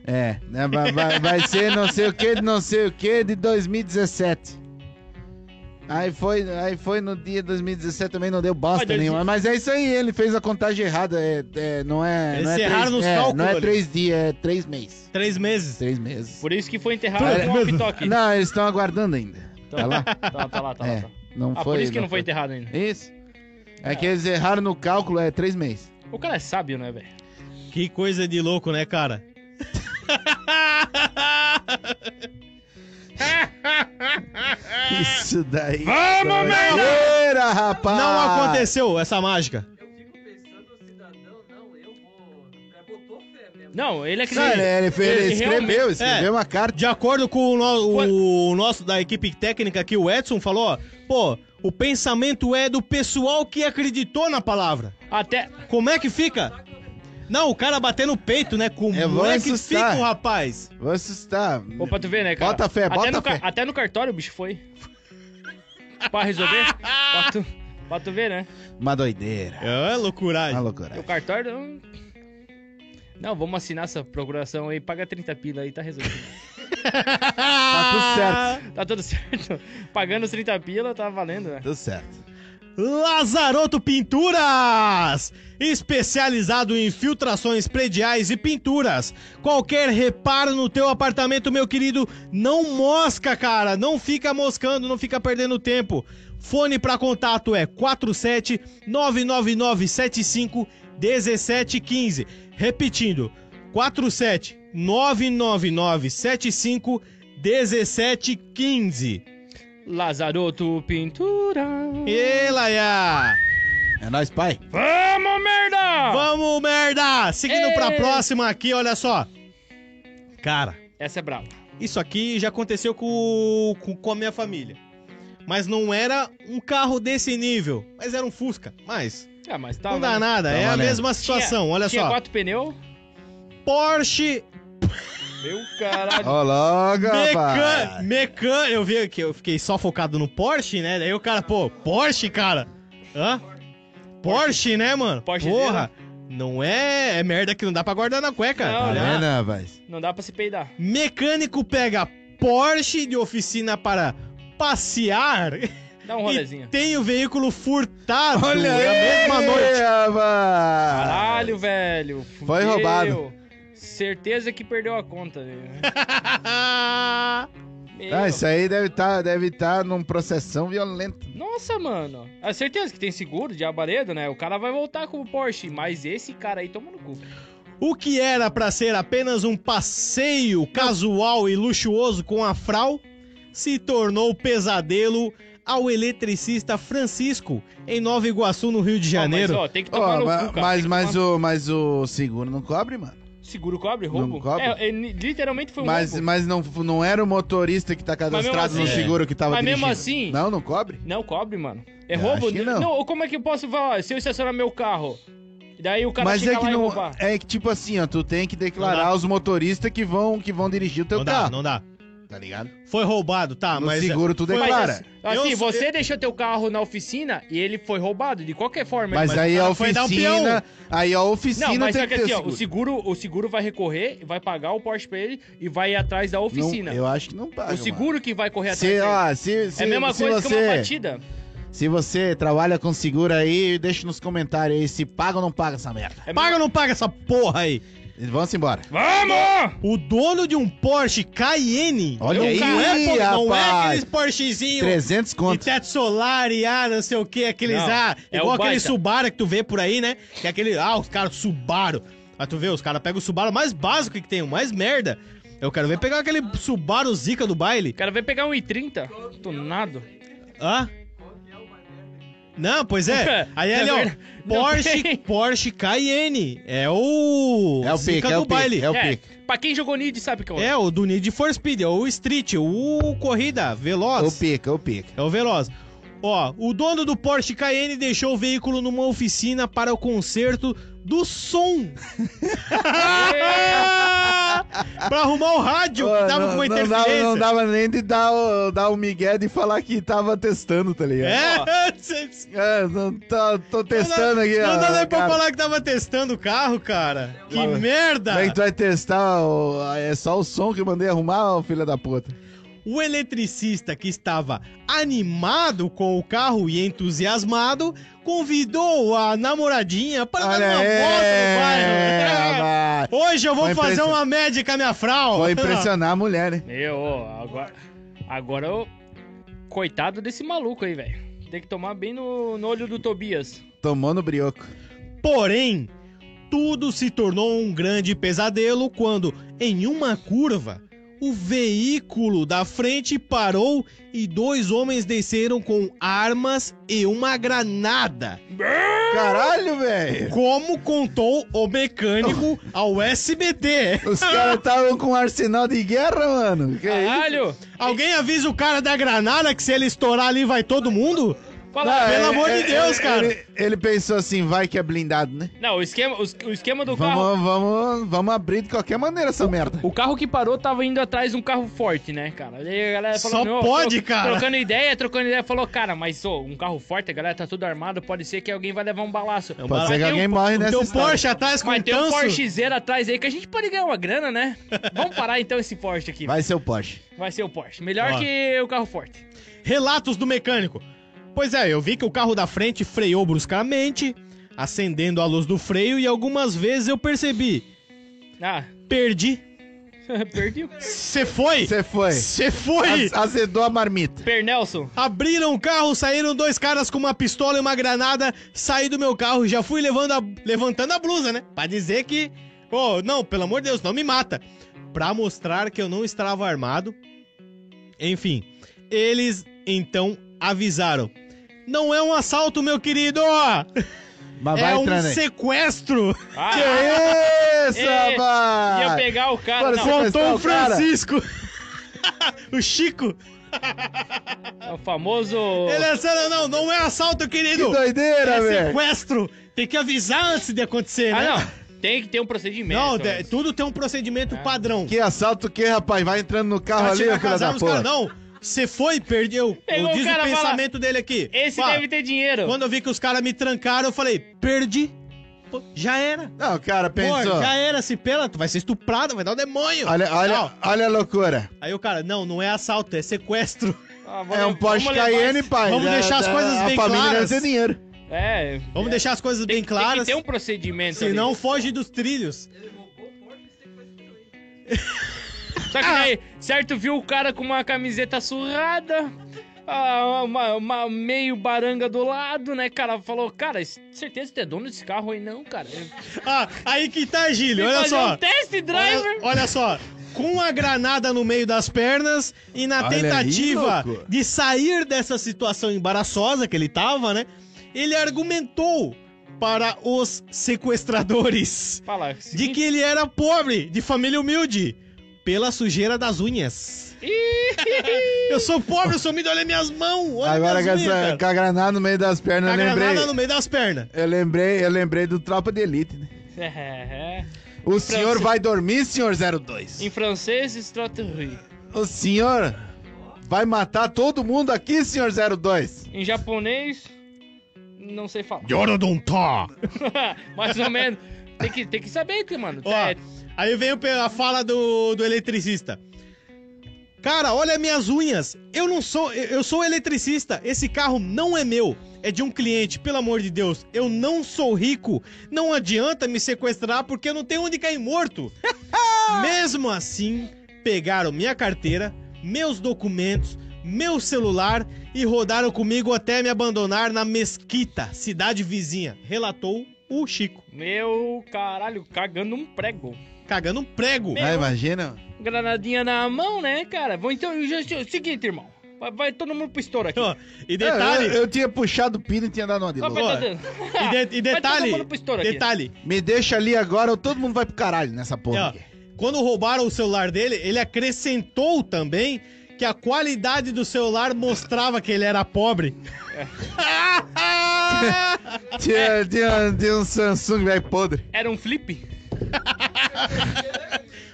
Speaker 1: É, né, vai, vai- vai ser não sei o que de não sei o que de 2017. Aí foi, aí foi no dia 2017 também não deu bosta
Speaker 2: Mas dois-
Speaker 1: nenhuma. Mas é isso aí, ele fez a contagem errada. É, é, não é.
Speaker 3: Eles
Speaker 1: não é
Speaker 3: erraram
Speaker 1: três-
Speaker 3: nos
Speaker 1: é,
Speaker 3: cálculos
Speaker 1: Não é
Speaker 3: ali.
Speaker 1: três dias, é três meses.
Speaker 3: Três meses.
Speaker 1: Três meses.
Speaker 2: Por isso que foi enterrado
Speaker 1: Cara,
Speaker 2: com um walkie-talkie.
Speaker 1: Não, eles estão aguardando ainda.
Speaker 2: Então,
Speaker 1: Tá lá?
Speaker 2: Tá, tá lá, tá lá.
Speaker 1: É,
Speaker 2: tá.
Speaker 1: não
Speaker 2: Ah,
Speaker 1: foi.
Speaker 2: por isso que não foi enterrado ainda.
Speaker 1: Isso. É que eles erraram no cálculo, é três meses.
Speaker 2: O cara é sábio, né, velho?
Speaker 3: Que coisa de louco, né, cara?
Speaker 1: Isso daí.
Speaker 3: Vamos,
Speaker 1: né?
Speaker 3: meu!
Speaker 1: Doideira, rapaz!
Speaker 3: Não aconteceu essa mágica.
Speaker 4: Eu fico pensando, o cidadão, não, eu vou. Já botou fé mesmo.
Speaker 1: Não,
Speaker 2: Não, ele
Speaker 1: ele,
Speaker 2: acredita.
Speaker 1: ele fez- ele
Speaker 2: Ele
Speaker 1: escreveu,
Speaker 2: realmente-
Speaker 1: escreveu uma carta.
Speaker 3: De acordo com o, no- o nosso da equipe técnica aqui, o Edson falou, ó, pô, o pensamento é do pessoal que acreditou na palavra.
Speaker 2: Até.
Speaker 3: Como é que fica? Não, o cara bater no peito, né? Como
Speaker 1: Eu vou
Speaker 3: é que
Speaker 1: assustar.
Speaker 3: fica o rapaz?
Speaker 1: Vou assustar.
Speaker 2: Pô, pra tu ver, né, cara?
Speaker 1: Bota fé,
Speaker 2: até
Speaker 1: bota
Speaker 2: no, ca-
Speaker 1: fé.
Speaker 2: Até no cartório o bicho foi. pra resolver? pra, tu, pra tu ver, né?
Speaker 1: Uma doideira.
Speaker 3: É
Speaker 1: Uma
Speaker 3: loucuragem.
Speaker 2: O
Speaker 1: loucura.
Speaker 2: cartório. Não, não vamos assinar essa procuração aí, paga 30 pila aí, tá resolvido.
Speaker 1: Tá tudo certo.
Speaker 2: tá tudo certo? Pagando os 30 pila, tá valendo, né?
Speaker 1: Tudo certo.
Speaker 3: Lazaroto Pinturas! Especializado em filtrações prediais e pinturas. Qualquer reparo no teu apartamento, meu querido, não mosca, cara. Não fica moscando, não fica perdendo tempo. Fone para contato é 47 99975 1715. Repetindo, 47 um 99975 1715.
Speaker 2: Lazaroto Pintura.
Speaker 3: Ê, Laia!
Speaker 1: É nóis, pai.
Speaker 2: Vamos, merda!
Speaker 3: Vamos, merda! Seguindo pra
Speaker 2: Ê!
Speaker 3: próxima aqui, olha só. Cara,
Speaker 2: Essa é brava.
Speaker 3: isso aqui já aconteceu com, com, com a minha família. Mas não era um carro desse nível. Mas era um Fusca. Mas
Speaker 2: É, mas tá.
Speaker 3: não dá nada. é
Speaker 1: Tava,
Speaker 3: a
Speaker 1: né?
Speaker 3: mesma situação. olha
Speaker 2: Tinha
Speaker 3: só.
Speaker 2: quatro pneus.
Speaker 3: Porsche
Speaker 2: Meu caralho.
Speaker 1: Ó logo,
Speaker 3: Mecan...
Speaker 1: rapaz.
Speaker 3: Mecan... Eu vi que eu fiquei só focado no Porsche, né? Daí o cara, pô, Porsche, cara. Hã? Porsche, né, mano?
Speaker 2: Porsche
Speaker 3: Porra. Não é... É merda que não dá pra guardar na cueca.
Speaker 2: Não,
Speaker 1: Tá
Speaker 2: olha.
Speaker 1: vendo, rapaz?
Speaker 2: Não dá pra se peidar.
Speaker 3: Mecânico pega Porsche de oficina para passear
Speaker 2: Dá um
Speaker 3: e
Speaker 2: rolezinho.
Speaker 3: tem o veículo furtado
Speaker 1: Olha
Speaker 3: na
Speaker 2: é
Speaker 1: aí,
Speaker 3: mesma noite.
Speaker 1: rapaz.
Speaker 2: Caralho, velho. Fudeu.
Speaker 1: Foi roubado.
Speaker 2: Certeza que perdeu a conta. velho. Meu.
Speaker 1: Ah, isso aí deve estar deve tá num processão violenta.
Speaker 2: Nossa, mano. A certeza que tem seguro de abareda, né? O cara vai voltar com o Porsche. Mas esse cara aí toma no cu.
Speaker 3: o que era para ser apenas um passeio casual e luxuoso com a Frau se tornou pesadelo ao eletricista Francisco em Nova Iguaçu, no Rio de
Speaker 2: Ó,
Speaker 3: Janeiro.
Speaker 2: Mas, ó, tem que
Speaker 1: Ó,
Speaker 2: tomar no
Speaker 1: ma-
Speaker 2: cu, Tá cara.
Speaker 1: mas,
Speaker 2: Tem que
Speaker 1: mas,
Speaker 2: tomar-
Speaker 1: o, mas o seguro não cobre, mano.
Speaker 2: Seguro cobre, roubo.
Speaker 1: Não cobre?
Speaker 2: É, é, ni- literalmente foi um
Speaker 1: Mas,
Speaker 2: roubo.
Speaker 1: mas não, não era o motorista que tá cadastrado
Speaker 2: mesmo
Speaker 1: no
Speaker 2: assim-
Speaker 1: seguro que tava
Speaker 2: Mas mesmo
Speaker 1: dirigindo.
Speaker 2: assim-
Speaker 1: Não, não cobre.
Speaker 2: Não cobre, mano. É
Speaker 1: Eu
Speaker 2: roubo?
Speaker 1: acho que não.
Speaker 2: como é que eu posso falar? Se eu estacionar meu carro, daí o cara
Speaker 1: Mas
Speaker 2: chega
Speaker 1: é que
Speaker 2: lá e
Speaker 1: não.
Speaker 2: roubar.
Speaker 1: É que tipo assim, ó, tu tem que
Speaker 3: Não
Speaker 1: declarar os motoristas que vão, que vão dirigir o teu
Speaker 3: não dá,
Speaker 1: carro.
Speaker 3: não dá.
Speaker 1: Então Tá ligado?
Speaker 3: Foi roubado, tá,
Speaker 1: Ah, no
Speaker 3: mas...
Speaker 1: seguro é tu
Speaker 3: foi-
Speaker 1: declara.
Speaker 2: é- Mas, assim,
Speaker 3: Eu-
Speaker 2: você deixou teu carro na oficina e ele foi roubado, de qualquer forma.
Speaker 1: Mas,
Speaker 2: irmão.
Speaker 1: aí a
Speaker 3: cara foi dar um peão.
Speaker 1: oficina. aí a oficina
Speaker 2: Não, mas
Speaker 1: tem
Speaker 2: é que
Speaker 1: que ter
Speaker 2: assim, ó, o
Speaker 1: seguro.
Speaker 2: seguro, o seguro vai recorrer, vai pagar o Porsche pra ele e vai ir atrás da
Speaker 1: Não,
Speaker 2: é oficina.
Speaker 1: eu acho que não paga.
Speaker 2: o seguro que vai correr
Speaker 1: mano.
Speaker 2: atrás
Speaker 1: se,
Speaker 2: dele.
Speaker 1: ó, se, se,
Speaker 2: é a mesma
Speaker 1: se
Speaker 2: coisa
Speaker 1: você,
Speaker 2: que uma batida.
Speaker 1: Se você trabalha com seguro aí, deixa nos comentários aí se paga ou não paga essa merda.
Speaker 2: É a
Speaker 3: Paga ou não paga essa porra aí?
Speaker 1: Vamos embora.
Speaker 2: Vamos!
Speaker 3: O dono de um Porsche Cayenne.
Speaker 1: Olha
Speaker 3: não
Speaker 1: aí,
Speaker 3: é, Porsche, não é
Speaker 1: rapaz.
Speaker 3: aqueles Porschezinhos
Speaker 1: 300
Speaker 3: de
Speaker 1: conto.
Speaker 3: teto solar e ah, não sei o que, aqueles
Speaker 2: Não,
Speaker 3: ah,
Speaker 2: é
Speaker 3: igual
Speaker 2: o
Speaker 3: aquele
Speaker 2: baita.
Speaker 3: Subaru que tu vê por aí, né? Que é aquele, ah, os caras Subaru. Mas tu vê, os caras pegam o Subaru mais básico que tem, o mais merda. Eu quero ver pegar aquele Subaru Zica do baile.
Speaker 2: O cara vai pegar um i30, tunado.
Speaker 3: Hã? Não, pois é. Aí
Speaker 2: Na
Speaker 3: ali, ó,
Speaker 2: verdade, não
Speaker 3: Porsche,
Speaker 2: tem.
Speaker 3: Porsche Cayenne. É o
Speaker 1: É o pique,
Speaker 3: Zica
Speaker 1: é
Speaker 3: do
Speaker 1: o
Speaker 3: baile.
Speaker 1: pique. É o
Speaker 2: É,
Speaker 1: pique.
Speaker 2: pra quem jogou Nid sabe que é o
Speaker 3: É, o do Need for Speed, é o Street, o Corrida,
Speaker 1: O
Speaker 3: Veloz.
Speaker 1: pique, o pique.
Speaker 3: É o Veloz. Ó, o dono do Porsche Cayenne deixou o veículo numa oficina para o conserto do som.
Speaker 2: É.
Speaker 3: É. pra arrumar o rádio,
Speaker 1: Ô,
Speaker 3: que tava
Speaker 1: não,
Speaker 3: com uma
Speaker 1: não dava,
Speaker 3: interferência.
Speaker 1: não dava nem de dar o, dar o Miguel de falar que tava testando, tá ligado?
Speaker 3: É, cê- cê-
Speaker 1: É, não, tô, tô
Speaker 3: não
Speaker 1: testando
Speaker 3: dá-
Speaker 1: aqui, ó.
Speaker 3: Não dá nem pra
Speaker 1: cara.
Speaker 3: falar que tava testando o carro, cara. Que
Speaker 1: Fala.
Speaker 3: merda!
Speaker 1: Como é que tu vai testar? o- É só o som que eu mandei arrumar, ô filha da puta.
Speaker 3: O eletricista, que estava animado com o carro e entusiasmado, convidou a namoradinha para dar uma volta no bairro. né?
Speaker 1: rapaz.
Speaker 3: Hoje eu vou
Speaker 1: Foi
Speaker 3: fazer
Speaker 1: impression-
Speaker 3: uma média com a minha frau.
Speaker 1: Vou impressionar a mulher, né?
Speaker 2: Meu, ó, agora. Agora eu. Coitado desse maluco aí, velho. Tem que tomar bem no, no olho do Tobias.
Speaker 1: Tomou no brioco.
Speaker 3: Porém, tudo se tornou um grande pesadelo quando, em uma curva, o veículo da frente parou e dois homens desceram com armas e uma granada.
Speaker 1: Caralho, velho.
Speaker 3: Como contou o mecânico ao SBT.
Speaker 1: Os caras estavam com um arsenal de guerra, mano. Que isso?
Speaker 2: Caralho!
Speaker 3: Alguém avisa o cara da granada que se ele estourar ali vai todo mundo?
Speaker 2: Qual
Speaker 1: Não,
Speaker 2: é?
Speaker 3: pelo amor de
Speaker 1: ele-
Speaker 3: Deus, cara.
Speaker 1: Ele, ele pensou assim, vai que é blindado, né?
Speaker 2: Não, o esquema, os- o, esquema do carro.
Speaker 1: Vamos, vamos, vamos abrir de qualquer maneira essa merda.
Speaker 2: O carro que parou tava indo atrás de um carro forte, né, cara? Aí a galera falou,
Speaker 3: Só
Speaker 2: "Não,
Speaker 3: pode,
Speaker 2: tro-
Speaker 3: cara."
Speaker 2: Trocando ideia, trocando ideia, falou, cara, mas ô, um carro forte, a galera tá tudo armado, pode ser que alguém vai levar um balaço.
Speaker 3: um
Speaker 1: Pode ser
Speaker 2: Mas
Speaker 1: que
Speaker 2: tem
Speaker 1: alguém
Speaker 2: um-
Speaker 1: morre
Speaker 3: O
Speaker 1: nessa
Speaker 3: teu
Speaker 1: história.
Speaker 3: Porsche atrás com
Speaker 2: Mas tem um
Speaker 3: tanso?
Speaker 2: Porsche zero atrás aí que a gente pode ganhar uma grana, né? Vamos parar então esse Porsche aqui. Vai,
Speaker 1: Vai ser o Porsche.
Speaker 2: ser o Porsche. Melhor
Speaker 3: Ó.
Speaker 2: que o carro forte.
Speaker 3: Relatos do mecânico. Pois é, eu vi que o carro da frente freou bruscamente, acendendo a luz do freio e algumas vezes eu percebi.
Speaker 2: Ah,
Speaker 3: Perdi.
Speaker 2: perdi o
Speaker 3: Você foi?
Speaker 1: Você foi.
Speaker 3: Você foi?
Speaker 1: Az- Azedou a marmita.
Speaker 2: Pernelson.
Speaker 3: Abriram o carro, saíram dois caras com uma pistola e uma granada. Saí do meu carro e já fui levando a- levantando a blusa, né? Pra dizer que. Ô, não, pelo amor de Deus, não me mata. Pra mostrar que eu não estava armado. Enfim, Eles então avisaram. Não é um assalto, meu querido!
Speaker 1: Mas
Speaker 3: é
Speaker 1: Ah, vai
Speaker 3: um
Speaker 1: entrar né?
Speaker 3: sequestro!
Speaker 2: Ah,
Speaker 1: Que isso,
Speaker 2: É, ia
Speaker 1: rapaz!
Speaker 2: pegar o cara.
Speaker 1: Para
Speaker 2: Não,
Speaker 1: ser-
Speaker 3: Faltou o
Speaker 1: o cara.
Speaker 3: Francisco! o Chico!
Speaker 2: é o famoso.
Speaker 3: Ele é sério, não, não é assalto,
Speaker 1: Que
Speaker 3: querido!
Speaker 1: doideira,
Speaker 3: É
Speaker 1: velho!
Speaker 3: sequestro! Tem que avisar antes de acontecer,
Speaker 2: Ah,
Speaker 3: né?
Speaker 2: não. Tem que ter um procedimento.
Speaker 3: Não,
Speaker 2: mano.
Speaker 3: de- tudo tem um procedimento
Speaker 2: É.
Speaker 3: padrão.
Speaker 1: Que assalto que, rapaz? Vai entrando no carro ali, ô filho da
Speaker 3: casar, os
Speaker 1: porra.
Speaker 3: caras, não. Você foi, perdeu.
Speaker 2: Pegou
Speaker 3: eu
Speaker 2: o
Speaker 3: diz o
Speaker 2: cara, fala,
Speaker 3: pensamento dele aqui.
Speaker 2: Esse
Speaker 3: Pá,
Speaker 2: deve ter dinheiro.
Speaker 3: Quando eu vi que os caras me trancaram, eu falei, perdi. Pô, já era.
Speaker 1: Não, cara, pensou.
Speaker 3: Pô, já era, se pela, tu vai ser estuprado, vai dar o demônio.
Speaker 1: Olha, olha,
Speaker 3: Não.
Speaker 1: olha a loucura.
Speaker 3: Aí o cara, não, não é assalto, é sequestro.
Speaker 2: Ah, vamos-
Speaker 1: É um Porsche
Speaker 2: vamos levar
Speaker 1: Cayenne,
Speaker 2: esse-
Speaker 1: pai.
Speaker 3: Vamos
Speaker 1: É,
Speaker 3: deixar as
Speaker 1: é,
Speaker 3: coisas bem
Speaker 1: A família
Speaker 3: claras.
Speaker 1: não tem dinheiro.
Speaker 2: É.
Speaker 3: Vamos
Speaker 2: é.
Speaker 3: deixar as coisas
Speaker 2: Tem
Speaker 3: bem
Speaker 2: que-
Speaker 3: claras,
Speaker 2: Tem que ter um procedimento. ali.
Speaker 3: senão foge dos trilhos.
Speaker 4: Ele roubou o Porsche e sequestrou ele.
Speaker 2: Só
Speaker 3: Ah.
Speaker 2: que daí, certo, viu o cara com uma camiseta surrada, ah, uma, uma meio baranga do lado, né, cara? Falou, cara, c- certeza que tu é dono desse carro aí não, cara.
Speaker 3: Ah, aí que tá, Gílio,
Speaker 2: Tem que
Speaker 3: olha
Speaker 2: fazer
Speaker 3: só.
Speaker 2: um test driver.
Speaker 3: Olha, olha só, com a granada no meio das pernas e na
Speaker 1: Olha aí,
Speaker 3: tentativa
Speaker 1: louco.
Speaker 3: de sair dessa situação embaraçosa que ele tava, né? Ele argumentou para os sequestradores
Speaker 2: Fala.
Speaker 3: de que ele era pobre, de família humilde, pela sujeira das unhas. eu sou pobre, eu sou humilde, olha minhas mãos, olha
Speaker 1: Agora com,
Speaker 3: minhas
Speaker 1: essa-
Speaker 3: unhas,
Speaker 1: com a granada no meio das pernas,
Speaker 3: cara.
Speaker 1: eu
Speaker 3: Com a
Speaker 1: lembrei.
Speaker 3: granada no meio das pernas.
Speaker 1: Eu lembrei, eu lembrei do Tropa de Elite, né?
Speaker 2: É,
Speaker 1: O senhor
Speaker 2: Francis-
Speaker 1: vai dormir, senhor 02.
Speaker 2: Em francês, strategy.
Speaker 1: O senhor vai matar todo mundo aqui, senhor 02.
Speaker 2: Em japonês, não sei falar.
Speaker 3: Yorodonta.
Speaker 2: Mais ou menos. Tem que, tem que saber, que, mano.
Speaker 3: Ó,
Speaker 2: É,
Speaker 3: Aí vem o- a fala do, do eletricista. Cara, olha minhas unhas. Eu não sou. Eu eu sou eletricista. Esse carro não é meu. É de um cliente, pelo amor de Deus. Eu não sou rico. Não adianta me sequestrar porque eu não tenho onde cair morto. Mesmo assim, pegaram minha carteira, meus documentos, meu celular e rodaram comigo até me abandonar na Mesquita, cidade vizinha, relatou o Chico.
Speaker 2: meu caralho, cagando um prego.
Speaker 3: Cagando um prego.
Speaker 1: Ah, imagina.
Speaker 2: granadinha na mão, né, cara? Vou então, eu já, eu- seguinte, irmão. Vai, vai todo mundo pro estouro aqui.
Speaker 3: Ó, e detalhe,
Speaker 1: É, Eu, eu tinha puxado o pino e tinha dado uma de
Speaker 2: Vai,
Speaker 1: louco.
Speaker 2: vai,
Speaker 3: Boa.
Speaker 2: tá-
Speaker 3: e, de- e
Speaker 2: Vai todo
Speaker 3: detalhe,
Speaker 2: mundo pro estouro aqui.
Speaker 3: detalhe.
Speaker 1: Me deixa ali agora, ou todo mundo vai pro caralho nessa porra.
Speaker 3: Ó,
Speaker 1: aqui.
Speaker 3: quando roubaram o celular dele, ele acrescentou também que a qualidade do celular mostrava que ele era pobre.
Speaker 1: Tinha, tinha- tinha um Samsung velho podre.
Speaker 2: Era um flip?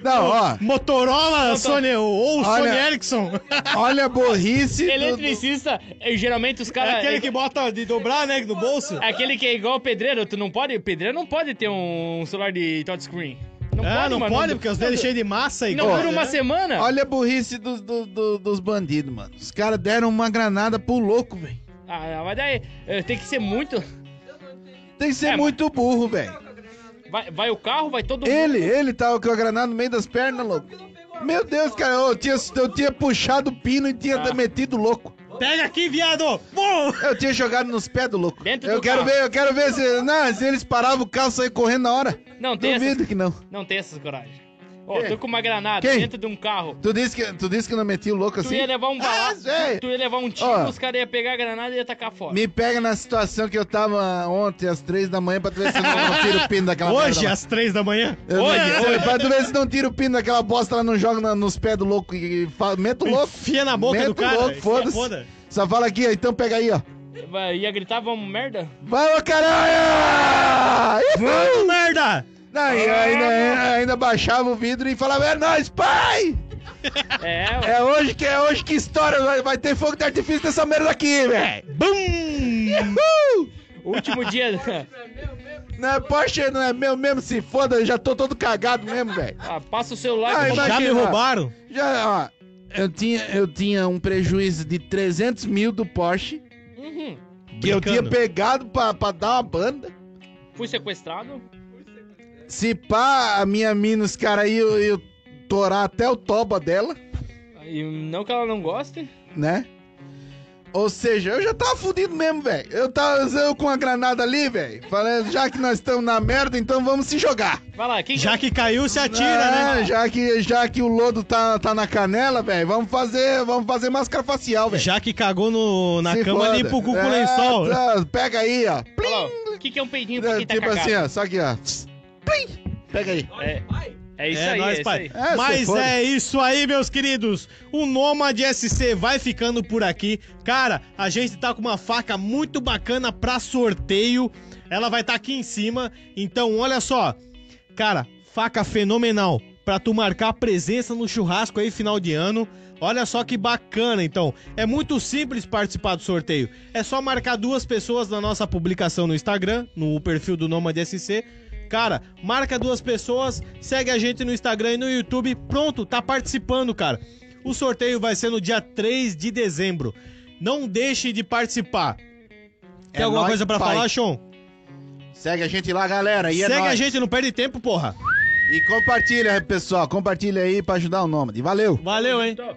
Speaker 1: Não, ó.
Speaker 3: Motorola,
Speaker 2: Não, tá.
Speaker 3: Sony ou
Speaker 1: Olha.
Speaker 3: Sony Ericsson.
Speaker 1: Olha a burrice. do-
Speaker 2: Eletricista, eh, geralmente os
Speaker 3: É
Speaker 2: caras.
Speaker 3: aquele que bota de dobrar, né, no bolso.
Speaker 2: é aquele que é igual o pedreiro, tu não pode. O pedreiro não pode ter um celular de touchscreen. Não
Speaker 3: ah, não
Speaker 2: mano,
Speaker 3: pode, porque os dele cheios de massa e
Speaker 2: Não
Speaker 3: coisa,
Speaker 2: dura uma
Speaker 3: né?
Speaker 2: semana?
Speaker 1: Olha a burrice dos, do- do- dos bandidos, mano. Os caras deram uma granada pro louco, velho.
Speaker 2: Ah, não, mas daí eh, tem que ser muito.
Speaker 1: Tem que ser
Speaker 2: É,
Speaker 1: muito burro, velho.
Speaker 2: Vai, vai o carro, vai todo mundo.
Speaker 1: Ele, ele tava com a granada no meio das pernas, louco. Meu Deus, cara, eu tinha, eu tinha puxado o pino e tinha
Speaker 2: Ah.
Speaker 1: metido o louco.
Speaker 3: Pega aqui, viado. Pô!
Speaker 1: Eu tinha jogado nos pés do louco.
Speaker 2: Dentro
Speaker 1: eu
Speaker 2: do
Speaker 1: quero
Speaker 2: carro.
Speaker 1: ver, eu quero ver se, não, se eles paravam o carro e saíam correndo na hora.
Speaker 2: Não tem
Speaker 1: Duvido que não.
Speaker 2: essas, não tem essas coragem. Ó,
Speaker 1: Quem?
Speaker 2: tô com uma granada
Speaker 1: Quem?
Speaker 2: dentro de um carro.
Speaker 1: Tu disse que, tu disse que não meti o louco
Speaker 2: Tu
Speaker 1: assim?
Speaker 2: ia levar um
Speaker 1: Ah,
Speaker 2: balaço,
Speaker 1: Zé.
Speaker 2: tu ia levar um tiro,
Speaker 1: Ó.
Speaker 2: os caras iam pegar a granada e ia tacar fora.
Speaker 1: Me pega na situação que eu tava ontem às três da manhã pra tu ver se eu não tiro o pino daquela
Speaker 3: Hoje,
Speaker 1: merda lá.
Speaker 3: às três da manhã.
Speaker 1: Eu-
Speaker 2: Hoje, hoje.
Speaker 1: Pra tu ver se não tira o pino daquela bosta lá, não joga na- nos pés do louco e fa- mete o louco.
Speaker 3: Enfia na boca
Speaker 1: Mete
Speaker 3: do
Speaker 1: o
Speaker 3: cara.
Speaker 1: louco,
Speaker 3: enfia a
Speaker 1: foda-se.
Speaker 3: foda.
Speaker 1: Só fala aqui, ó, então pega aí, ó.
Speaker 2: Vai- Ia gritar, vamos merda?
Speaker 1: Vai, ô caralho!
Speaker 3: Vamos, merda!
Speaker 1: Não, e ainda, ainda baixava o vidro e falava, é nóis, pai!
Speaker 2: É, ué.
Speaker 1: É hoje que, é hoje que estoura, vai, vai ter fogo de artifício nessa merda aqui, velho!
Speaker 3: Bum!
Speaker 2: último dia.
Speaker 1: Não é Porsche, não é meu mesmo, se foda, eu já tô todo cagado mesmo, velho.
Speaker 2: Ah, passa o celular.
Speaker 1: Ai,
Speaker 2: que eu vou-
Speaker 1: mas-
Speaker 3: Já me
Speaker 1: Imagina.
Speaker 3: roubaram.
Speaker 1: Já, ó, eu tinha, eu tinha um prejuízo de 300 mil do Porsche,
Speaker 2: Uhum.
Speaker 1: que eu tinha
Speaker 3: Brincando.
Speaker 1: pegado pra, pra dar uma banda.
Speaker 2: Fui sequestrado.
Speaker 1: Se pá, a minha mina, os caras iam, iam torar até o toba dela,
Speaker 2: E não que ela não goste.
Speaker 1: né? Ou seja, eu já tava fudido mesmo, velho. Eu tava eu com a granada ali, velho. Falando, já que nós estamos na merda, então vamos se jogar.
Speaker 2: Vai lá, quem é
Speaker 3: Já que caiu, se atira, né?
Speaker 1: Ah, Já que, já que o lodo tá, tá na canela, velho, vamos fazer, vamos fazer máscara facial, velho.
Speaker 3: Já que cagou no, na
Speaker 1: Se
Speaker 3: cama,
Speaker 1: foda.
Speaker 3: limpa o cu com
Speaker 1: É,
Speaker 3: lençol.
Speaker 1: tá, pega aí, ó. Plim.
Speaker 2: Olha lá, O que, que é um peidinho pra
Speaker 1: É,
Speaker 2: quem tá
Speaker 1: tipo
Speaker 2: cagado?
Speaker 1: assim, ó. Só aqui, ó. Tss, Plim. Pega aí.
Speaker 4: Nós,
Speaker 2: É.
Speaker 4: vai.
Speaker 2: É isso
Speaker 3: é
Speaker 2: aí,
Speaker 3: nóis,
Speaker 2: é
Speaker 3: pai.
Speaker 2: isso aí.
Speaker 1: É,
Speaker 3: Mas
Speaker 1: cê foda.
Speaker 3: é isso aí, meus queridos. O Nômade SC vai ficando por aqui. Cara, a gente tá com uma faca muito bacana pra sorteio. Ela vai estar aqui em cima. Então, olha só. Cara, faca fenomenal pra tu marcar a presença no churrasco aí final de ano. Olha só que bacana, então. É muito simples participar do sorteio. É só marcar duas pessoas na nossa publicação no Instagram, no perfil do Nômade SC. Cara, marca duas pessoas, segue a gente no Instagram e no YouTube. Pronto, tá participando, cara. O sorteio vai ser no dia 3 de dezembro. Não deixe de participar. Tem
Speaker 1: É
Speaker 3: alguma
Speaker 1: nóis,
Speaker 3: coisa pra
Speaker 1: pai.
Speaker 3: falar, Sean?
Speaker 1: Segue a gente lá, galera. E
Speaker 3: Segue
Speaker 1: é nóis.
Speaker 3: a gente, não perde tempo, porra.
Speaker 1: E compartilha, pessoal. Compartilha aí pra ajudar o Nômade. Valeu.
Speaker 3: Valeu, hein?
Speaker 2: Então,